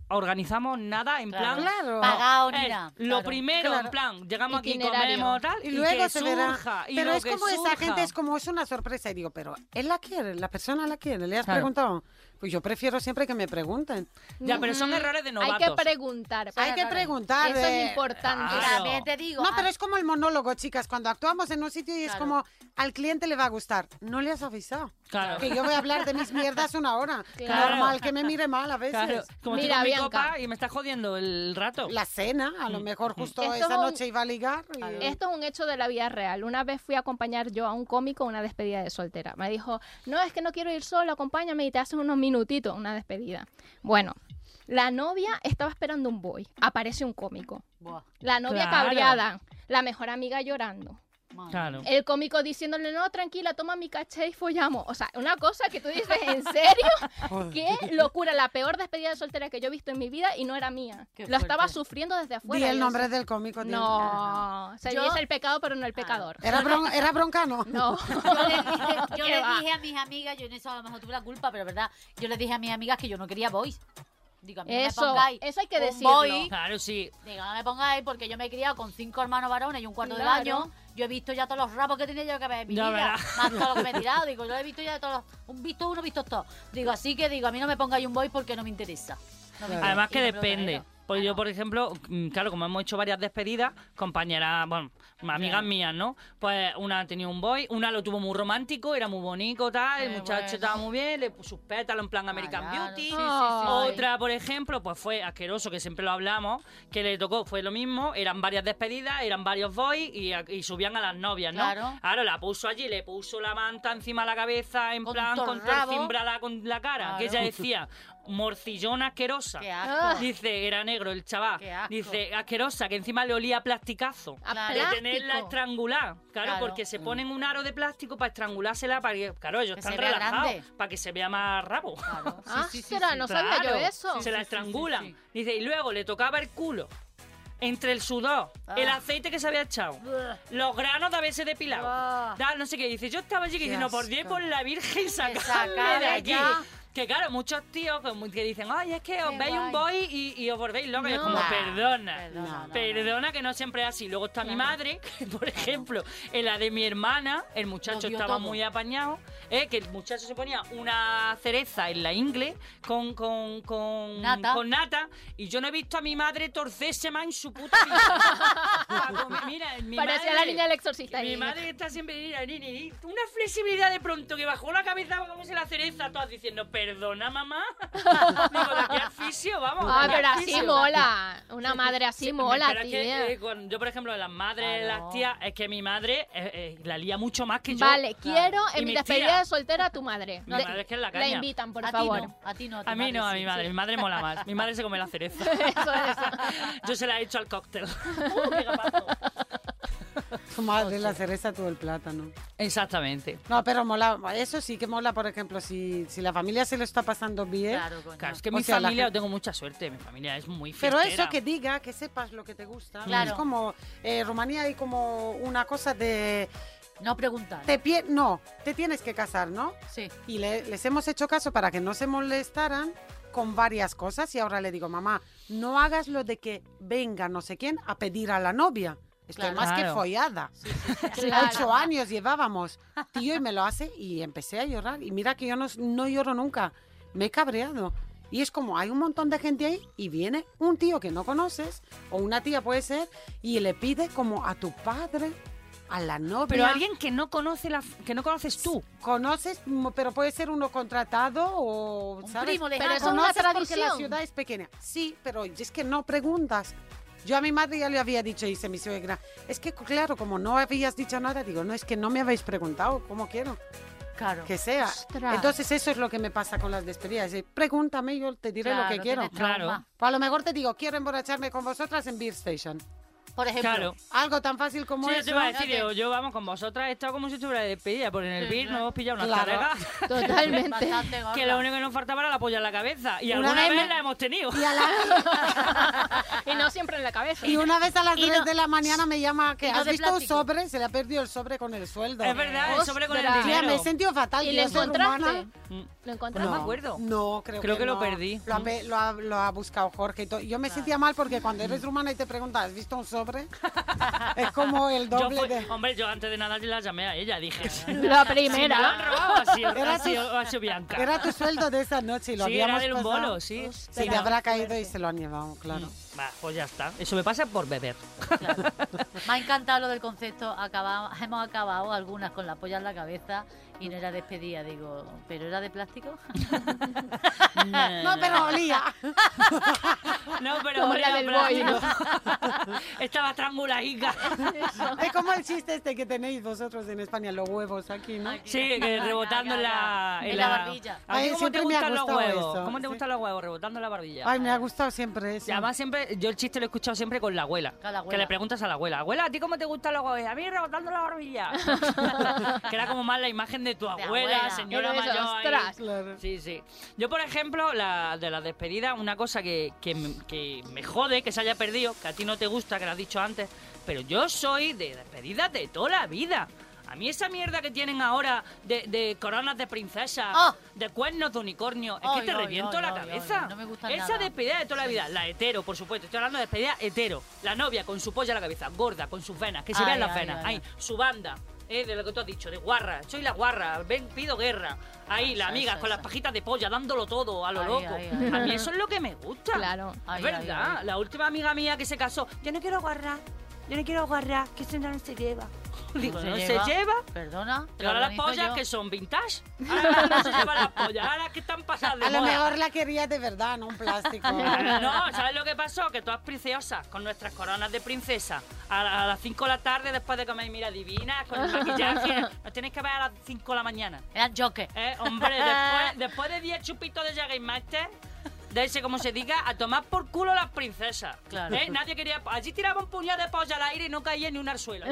organizamos nada en Claro. plan. Claro. Pagado, eh, ni nada. lo Claro. primero, Claro. en plan, llegamos aquí, Itinerario. comemos tal, Y luego que se verá. surja. y pero lo es que como surja. esa gente, es como es una sorpresa. Y digo, pero él la quiere, la persona la quiere. ¿Le has Claro. preguntado? Pues yo prefiero siempre que me pregunten. Ya, pero son Mm, Ujú. errores de Hay que novatos. preguntar. pues. Hay que claro. preguntar. Eso eh, es importante. Y Claro. también te digo. No, ah, pero es como el monólogo, chicas. Cuando actuamos en un sitio y es Claro. como al cliente le va a gustar. No le has avisado. Claro. Que yo voy a hablar de mis mierdas una hora. Claro. Normal que me mire mal a veces. Claro, como Mira, estoy con mi Bianca. copa y me está jodiendo el rato. La cena, a lo mejor justo Esto es esa un- noche iba a ligar. y- Esto Mm, es un hecho de la vida real. Una vez fui a acompañar yo a un cómico a una despedida de soltera. Me dijo, no, es que no quiero ir solo, acompáñame y te haces unos minutitos, una despedida. Bueno, la novia estaba esperando un boy. Aparece un cómico. buah, La novia Claro. cabreada, la mejor amiga llorando. madre. Claro. El cómico diciéndole, no, tranquila, toma mi caché y follamos. O sea, una cosa que tú dices, ¿en ¡oh! serio? Qué locura, la peor despedida de soltera que yo he visto en mi vida y no era mía. Qué Lo estaba fuerte. sufriendo desde Di afuera. el y nombre del cómico. di el nombre. no, se Yo- dice el pecado, pero Ah. no el pecador. Era, bron- era broncano. No. Yo le dije, yo ¿Qué le va? dije a mis amigas, yo en eso a lo mejor tuve la culpa, pero verdad, yo le dije a mis amigas que yo no quería boys. Digo, a mí no me Eso, pongáis eso hay que un decirlo. boy. Claro, sí. Digo, no me pongáis porque yo me he criado con cinco hermanos varones y un cuarto Claro. de baño. Yo he visto ya todos los rapos que tenía yo que ver en mi Ya vida. verás. Más todo lo que me he tirado. Digo, yo he visto ya todos los... Un visto uno, visto todos. Digo, así que digo, a mí no me pongáis un boy porque no me interesa. No me interesa. Además que Y Ah, no me lo depende. tolero. Pues yo, por ejemplo, mm, claro, como hemos hecho varias despedidas, compañeras, bueno, amigas mías, ¿no? Pues una ha tenido un boy, una lo tuvo muy romántico, era muy bonito, tal, el Qué muchacho bueno. estaba muy bien, le puso sus pétalos en plan American claro, Beauty. sí, sí, sí. Ay. Otra, por ejemplo, pues fue asqueroso, que siempre lo hablamos, que le tocó, fue lo mismo, eran varias despedidas, eran varios boys y, a- y subían a las novias, ¿no? Claro. Ahora la puso allí, le puso la manta encima de la cabeza, en Con plan, todo el con todo el rabo. cimbrala con la cara, que ella Claro. decía, morcillona asquerosa. Qué Ah. asco. Dice, era negro el chaval. Ah. Qué asco. Dice, asquerosa, que encima le olía a plasticazo. A Claro. De plástico. tenerla estrangulada. Claro, Claro. porque se ponen un aro de plástico para estrangulársela, para que, claro, ellos Que están se vea relajados, grande. para que se vea más rabo. Claro. Sí, Ah, sí, sí, será, sí. no sabía yo Claro, eso. Se la Sí, sí, sí, estrangulan. sí, sí. Dice, y luego le tocaba el culo. Entre el sudor, Ah. el aceite que se había echado, los granos de haberse depilado. Ah. da, no sé qué. Dice, yo estaba allí que Qué dice, no, por asco. 10 por la Virgen, sacadme sacadme de aquí. ya. Que claro, muchos tíos que mu- que dicen, ay, es que os Qué veis un guay. boy y, y os volvéis locos. Y es No. como, Nah, perdona. perdona, no, no, no. Perdona que no siempre es así. Luego está mi madre, que por ejemplo, en la de mi hermana, el muchacho Lo vio estaba todo. muy apañado, eh, que el muchacho se ponía una cereza en la ingle con, con, con, Nata. con nata, y yo no he visto a mi madre torcerse más en su puta vida. Pa' comer. Mira, mi Parecía madre- la niña del exorcista. mi madre está siempre "Mira, nini, ni". una flexibilidad de pronto que bajó la cabeza como se la cereza, todas diciendo, perdona mamá. Digo, ¿de qué asfixio? Vamos. Ah, ¿de qué pero así asfixio? mola. Una madre así mola, Pero es tío. que, eh, cuando- yo, por ejemplo, las madres, Claro. las tías, es que mi madre eh, eh, la lía mucho más que yo. Vale, quiero Y en mi mis despedida tías. de soltera a tu madre. Mi madre es que es la caña. invitan, por a favor. Ti no, a ti no. tu A mí no, a sí, mi madre. sí. Mi madre mola más. Mi madre se come la cereza. Eso, eso. Yo se la he hecho al cóctel. Uh, qué gapazo. Tu madre la cereza, todo el plátano. Exactamente. No, pero mola, eso sí que mola, por ejemplo, si, si la familia se lo está pasando bien. Claro, coño. Claro, es que O mi sea, la familia, gente- tengo mucha suerte. Mi familia es muy Pero fiestera. eso que diga, que sepas lo que te gusta. ¿no? Claro. Es como, eh, Rumanía hay como una cosa de... No preguntar. Te pie- no, te tienes que casar, ¿no? Sí. Y le- les hemos hecho caso para que no se molestaran con varias cosas y ahora le digo, mamá, no hagas lo de que venga no sé quién a pedir a la novia. Estoy Claro. más que Claro. follada. Claro. Ocho años llevábamos, tío, y me lo hace y empecé a llorar. Y mira que yo no, no lloro nunca, me he cabreado. Y es como, hay un montón de gente ahí y viene un tío que no conoces, o una tía puede ser, y le pide como a tu padre, a la novia. Pero alguien que no conoce la, que no conoces tú. Conoces, mm, pero puede ser uno contratado o, Un ¿sabes? primo Pero lejano. eso es una Conoces porque la tradición. ciudad es pequeña. Sí, pero es que no preguntas. Yo a mi madre ya le había dicho, dice mi suegra, es que claro, como no habías dicho nada, digo, no, es que no me habéis preguntado cómo quiero Claro. que sea. Ostras. Entonces eso es lo que me pasa con las despedidas. eh, Pregúntame, yo te diré lo Claro, que quiero. tienes trauma. Claro. O a lo mejor te digo, quiero emborracharme con vosotras en Beer Station. Por ejemplo. Claro. Algo tan fácil como Sí, yo eso. Mm, te iba a decir, Fíjate. digo, yo vamos con vosotras, he estado como si estuviera de despedida, porque en el Sí, BIR no claro. hemos pillado una Claro. carrera Totalmente. Bastante gorda. que lo único que nos faltaba era la polla en la cabeza. Y Una alguna vez vez, me- la hemos tenido. Y, a la- Y no siempre en la cabeza. y una vez a las Y 3 no- de la mañana me llama que y no has de visto un plástico. sobre, se le ha perdido el sobre con el sueldo. Es verdad, el sobre con el Ostras. Tía, dinero. me he sentido fatal. ¿Y yo lo soy rumana. encontraste? Mm. ¿Lo No me encontraste? acuerdo. No, creo, Creo que lo no. perdí. Ah. Lo ha, pe- lo ha- lo ha buscado Jorge. y todo. Yo me sentía mal porque cuando eres rumana y te preguntas, ¿has visto un sobre? es como el Yo doble fui- de... Hombre, yo antes de nada la llamé a ella, dije. Si La me lo han primera. robado, ha sido, Era ha tu- sido- ha sido Bianca. Era tu sueldo de esa noche y lo sí, era habíamos de un pasado. bolo, sí. Sí, te habrá caído y se lo han llevado, claro. Va, pues ya está. Eso me pasa por beber. Claro. Me ha encantado lo del concepto. acabado- hemos acabado algunas con la polla en la cabeza y no era despedida. Digo, ¿pero era de plástico? No, pero olía. No, pero Como hombre, la no, del pero boy, ¿no? no. Estaba estranguladica. es como el chiste este que tenéis vosotros en España, los huevos aquí, ¿no? Aquí. Sí, que rebotando en la, En la barbilla. A ti Ay, ¿Cómo te siempre me ha gustan los gustado huevos? eso, ¿Cómo te sí. gustan los huevos? Rebotando en la barbilla. Ay, me ha gustado siempre eso. Y además siempre, yo el chiste lo he escuchado siempre con la abuela. Con la abuela. Que le preguntas a la abuela, abuela, ¿a ti cómo te gustan los huevos? A mí rebotando la barbilla. que era como más la imagen de tu abuela, abuela. señora Era eso, mayor. ahí. ostras. Claro. Sí, sí. Yo, por ejemplo, la, de las despedidas, una cosa que, que me- que me jode que se haya perdido, que a ti no te gusta, que lo has dicho antes, pero yo soy de despedidas de toda la vida. A mí esa mierda que tienen ahora de, de coronas de princesa, ¡Ah! de cuernos de unicornio, es Ay, que te ay, reviento ay, la ay, ay, cabeza. no me gustan esa nada. despedida de toda la vida, la hetero, por supuesto, estoy hablando de despedida hetero. La novia con su polla en la cabeza, gorda, con sus venas, que se Ay, vean las ay, venas, ay, ay, su banda. eh, eh, de lo que tú has dicho, de guarra. Soy la guarra, ven, pido guerra. Ahí, Eso, las amigas eso, con las eso. pajitas de polla, dándolo todo a lo Ahí, loco. ahí, ahí. A mí eso es lo que me gusta. Claro. Ahí, es verdad, ahí, ahí. la última amiga mía que se casó, yo no quiero guarra, yo no quiero guarra, que eso no se lleva. Digo, se no se lleva. lleva. Perdona. Y te lo ahora las organizo pollas yo. que son vintage. Ahora no se lleva las pollas, ahora que están pasadas de A lo moda. mejor la querías de verdad, no un plástico. No, ¿sabes lo que pasó? Que todas preciosas, con nuestras coronas de princesa, a, la- a las 5 de la tarde después de comer, mira, divinas, con el maquillaje, nos tenéis que ver a las 5 de la mañana. Eran Joker. Eh, hombre, después, después de 10 chupitos de Jagger Master, de ese como se diga, a tomar por culo las princesas. Claro. Eh, Nadie quería... Allí tiraba un puñado de polla al aire y no caía ni un al suelo.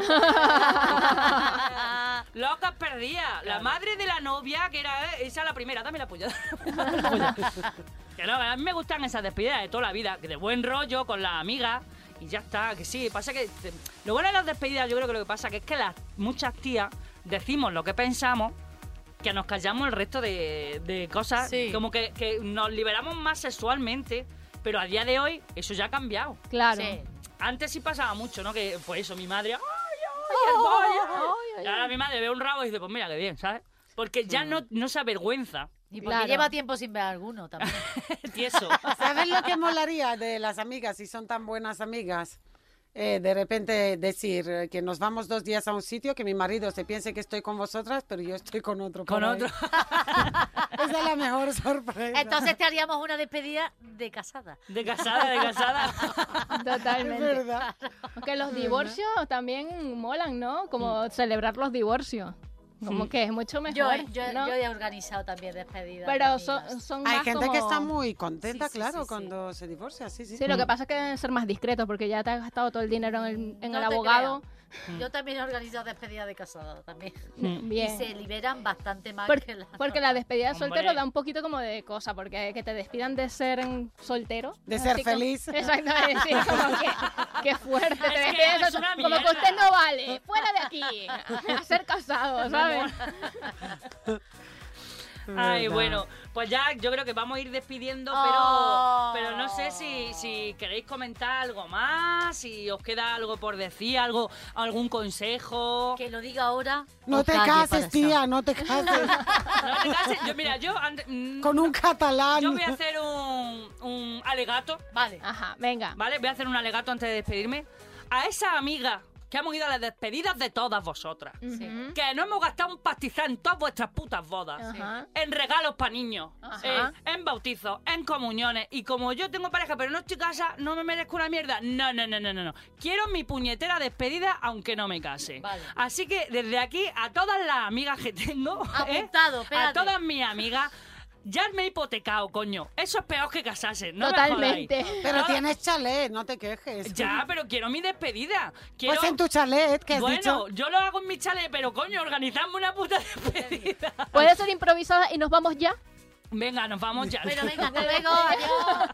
Locas perdía. La madre de la novia, que era eh, esa la primera, dame la polla. dame la polla. que no, a mí me gustan esas despedidas de toda la vida, que de buen rollo con las amigas y ya está, que sí, pasa que te- lo bueno de las despedidas, yo creo que lo que pasa que es que las muchas tías decimos lo que pensamos que nos callamos el resto de, de cosas, Sí. como que, que nos liberamos más sexualmente, pero a día de hoy eso ya ha cambiado. Claro. Sí. Antes sí pasaba mucho, ¿no? Que pues eso, mi madre. ¡Ay, ay, el pollo! ay, Y ahora mi madre ve un rabo y dice, pues mira qué bien, ¿sabes? Porque ya no, no se avergüenza. Y porque Claro. lleva tiempo sin ver alguno también. Tieso. ¿Sabes lo que molaría de las amigas, si son tan buenas amigas? Eh, de repente decir eh, que nos vamos dos días a un sitio, que mi marido se piense que estoy con vosotras, pero yo estoy con otro. Con por ahí. otro. Esa es la mejor sorpresa. Entonces te haríamos una despedida de casada. De casada, de casada. es Totalmente. verdad. Que los divorcios también molan, ¿no? Mm. Como celebrar los divorcios. Como que es mucho mejor. Yo, yo, ¿no? yo he organizado también despedidas. de Pero amigas. son, son Hay más gente que como- está muy Mm. contenta, Sí, sí, claro, sí, sí. cuando se divorcia, sí, sí. Sí, lo que pasa es que deben ser más discretos porque ya te has gastado todo el dinero en el, en No el te abogado. Yo también he organizado despedidas de casada también. Y Bien. se liberan bastante más Por- que las porque la despedida de Hombre. soltero da un poquito como de cosa, porque que te despidan de ser en- soltero. De ser así como- feliz. exactamente, sí, como que, qué fuerte, te Ah, Es que despiden de es sol- una Como que mierda. usted no vale, fuera de aquí, a ser casado, ¿sabes? Ay, Verdad. bueno, pues ya yo creo que vamos a ir despidiendo, Ah. Oh. pero, pero no sé si, si queréis comentar algo más, si os queda algo por decir, algo, algún consejo. Que lo diga ahora. No o te calle para cases, siempre. tía, no te cases. No te cases. Ah, Yo, mira, yo, ante- mm, Con un catalán. yo voy a hacer un, un alegato, Vale. Ajá, venga. ¿vale? Voy a hacer un alegato antes de despedirme. A esa amiga que hemos ido a las despedidas de todas vosotras, Ujú. que no hemos gastado un pastizal en todas vuestras putas bodas. Ajá. en regalos para niños, Ajá. eh, en bautizos, en comuniones. Y como yo tengo pareja, pero no estoy casa, no me merezco una mierda. No, no, no, no, no. no. Quiero mi puñetera despedida, aunque no me case. Vale. Así que desde aquí, a todas las amigas que tengo, ¿eh? Apuntado, a espérate. todas mis amigas. Ya me he hipotecado, coño. Eso es peor que casarse, ¿no? me jodáis. Totalmente. Pero Ahora- tienes chalet, no te quejes. Ya, pero quiero mi despedida. Quiero... Pues en tu chalet, que has bueno, dicho? yo lo hago en mi chale, pero coño, organizadme una puta despedida. Puede ser improvisada y nos vamos ya. Venga, nos vamos ya. Pero venga, hasta luego, adiós.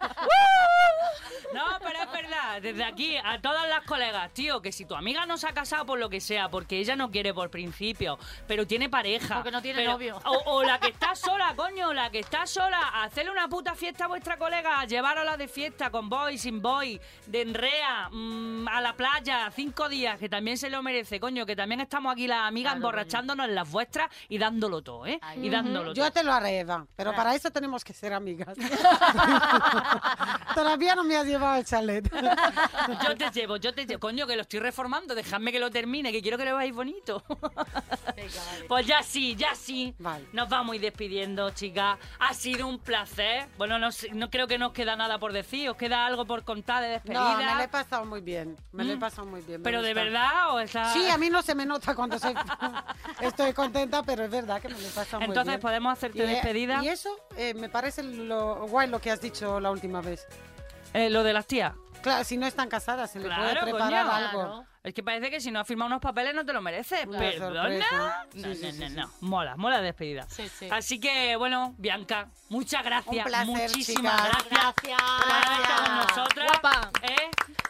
No, pero es verdad. Desde aquí, a todas las colegas, tío, que si tu amiga no se ha casado por lo que sea, porque ella no quiere por principio, pero tiene pareja. Porque no tiene pero- novio. O, o la que está sola, coño, la que está sola, hacerle una puta fiesta a vuestra colega, llevárosla de fiesta con boy, sin boy, de enrea, mm, a la playa, cinco días, que también se lo merece, coño, que también estamos aquí las amigas Claro, emborrachándonos en las vuestras y dándolo todo, ¿eh? Ahí. Y dándolo todo. Yo te lo haré, Eva, Ah. pero para eso tenemos que ser amigas. Todavía no me has llevado al chalet. Yo te llevo, yo te llevo. Coño, que lo estoy reformando, dejadme que lo termine, que quiero que lo veáis bonito. Venga, vale. Pues ya sí, ya sí. Vale. Nos vamos a ir despidiendo, chicas. Ha sido un placer. Bueno, no, sé- no creo que nos queda nada por decir. ¿Os queda algo por contar de despedida? No, me lo he pasado muy bien. Me lo he pasado muy bien. Mm. me Pero de gusta. verdad, o está... Sí, a mí no se me nota cuando soy... estoy contenta, pero es verdad que me lo he pasado muy bien. Entonces, ¿podemos hacerte Y, eh, despedida? Y eso eh, me parece lo guay lo que has dicho la última vez. Eh, lo de las tías. Claro, si no están casadas, se le Claro, puede preparar coño. algo. Claro. Es que parece que si no has firmado unos papeles no te lo mereces. Una ¿Perdona? sorpresa. No, Sí, sí, no, sí, no, sí. no. Mola, mola la despedida. Sí, sí. Así que, bueno, Bianca, muchas gracias. Un placer, Muchísimas chicas. gracias. Gracias. Ah, por haber estado con nosotras. Guapa. ¿eh?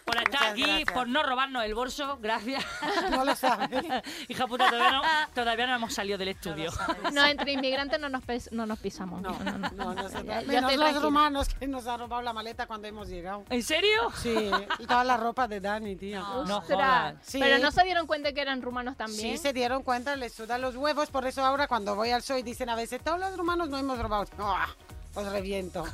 Por por estar Muchas aquí, gracias. por no robarnos el bolso. Gracias. No lo sabes. Hija puta, todavía no, todavía no hemos salido del estudio. No, entre inmigrantes no nos, pes- no nos pisamos. No, no, no. no se Ya- trata. ya Menos estoy los tranquila. romanos que nos han robado la maleta cuando hemos llegado. ¿En serio? Sí, y toda la ropa de Dani, tía. No. No Ostras. jodas. Sí. Pero no se dieron cuenta que eran rumanos también. Sí, se dieron cuenta, les sudan los huevos, por eso ahora cuando voy al show y dicen a veces, todos los romanos no hemos robado. ¡Ah! Os reviento.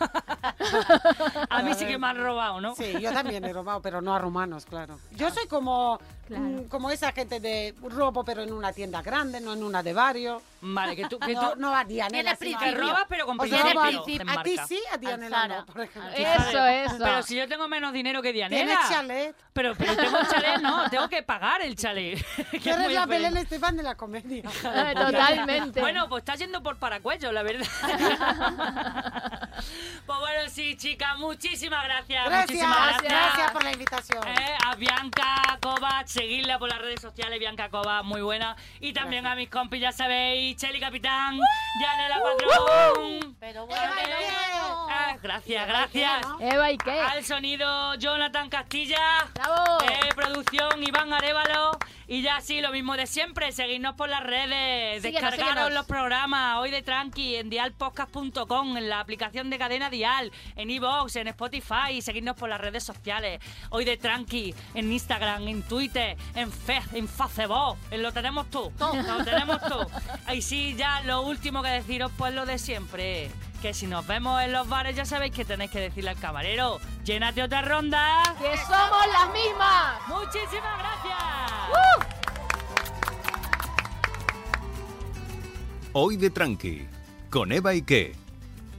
A mí sí que me han robado, ¿no? Sí, yo también he robado, pero no a romanos, claro. Yo soy como, Claro. mm, como esa gente de robo, pero en una tienda grande, no en una de barrio. Vale, que tú, que No, tú no a Dianela. te sí, Tienes principio. Mario. robas, pero con Os sea, pequeño robo al pelo, a- principio. te a ti marca. sí, a Dianela Alzara. no, por ejemplo. Alzara. Eso, eso. Pero si yo tengo menos dinero que Tiene ¿eh? Dianela. chalet. Pero, pero tengo el chalet, no, tengo que pagar el chalet. que es Tú eres muy la diferente. Belén Esteban de la comedia. Eh, Totalmente. Bueno, pues está yendo por paracuello, la verdad. pues bueno, sí, chicas, muchísimas gracias. Gracias, muchísimas gracias. gracias por la invitación. Eh, a Bianca Cobat, seguidla por las redes sociales, Bianca Cobat, muy buena. Y también a mis compis, ya sabéis, Cheli Capitán, Yanela Patrón. Pero Eva bueno, pero Irene. bueno. Ah, gracias, eh, gracias. ¿no? Eva y qué. Al sonido, Jonathan Castilla. ¡Bravo! Eh, producción Iván Arevalo y ya sí, lo mismo de siempre, seguidnos por las redes, Síguenos, descargaros síguenos. los programas hoy de Tranqui en dialpodcast.com, en la aplicación de cadena Dial, en iVoox, en Spotify, y seguidnos por las redes sociales, hoy de Tranqui, en Instagram, en Twitter, en, Fe, en Facebook, en lo tenemos tú, lo tenemos tú. Ahí sí, ya lo último que deciros pues lo de siempre. Que si nos vemos en los bares ya sabéis que tenéis que decirle al camarero, llénate otra ronda. ¡Que somos las mismas! Muchísimas gracias. Hoy de Tranqui, con Eva Ike.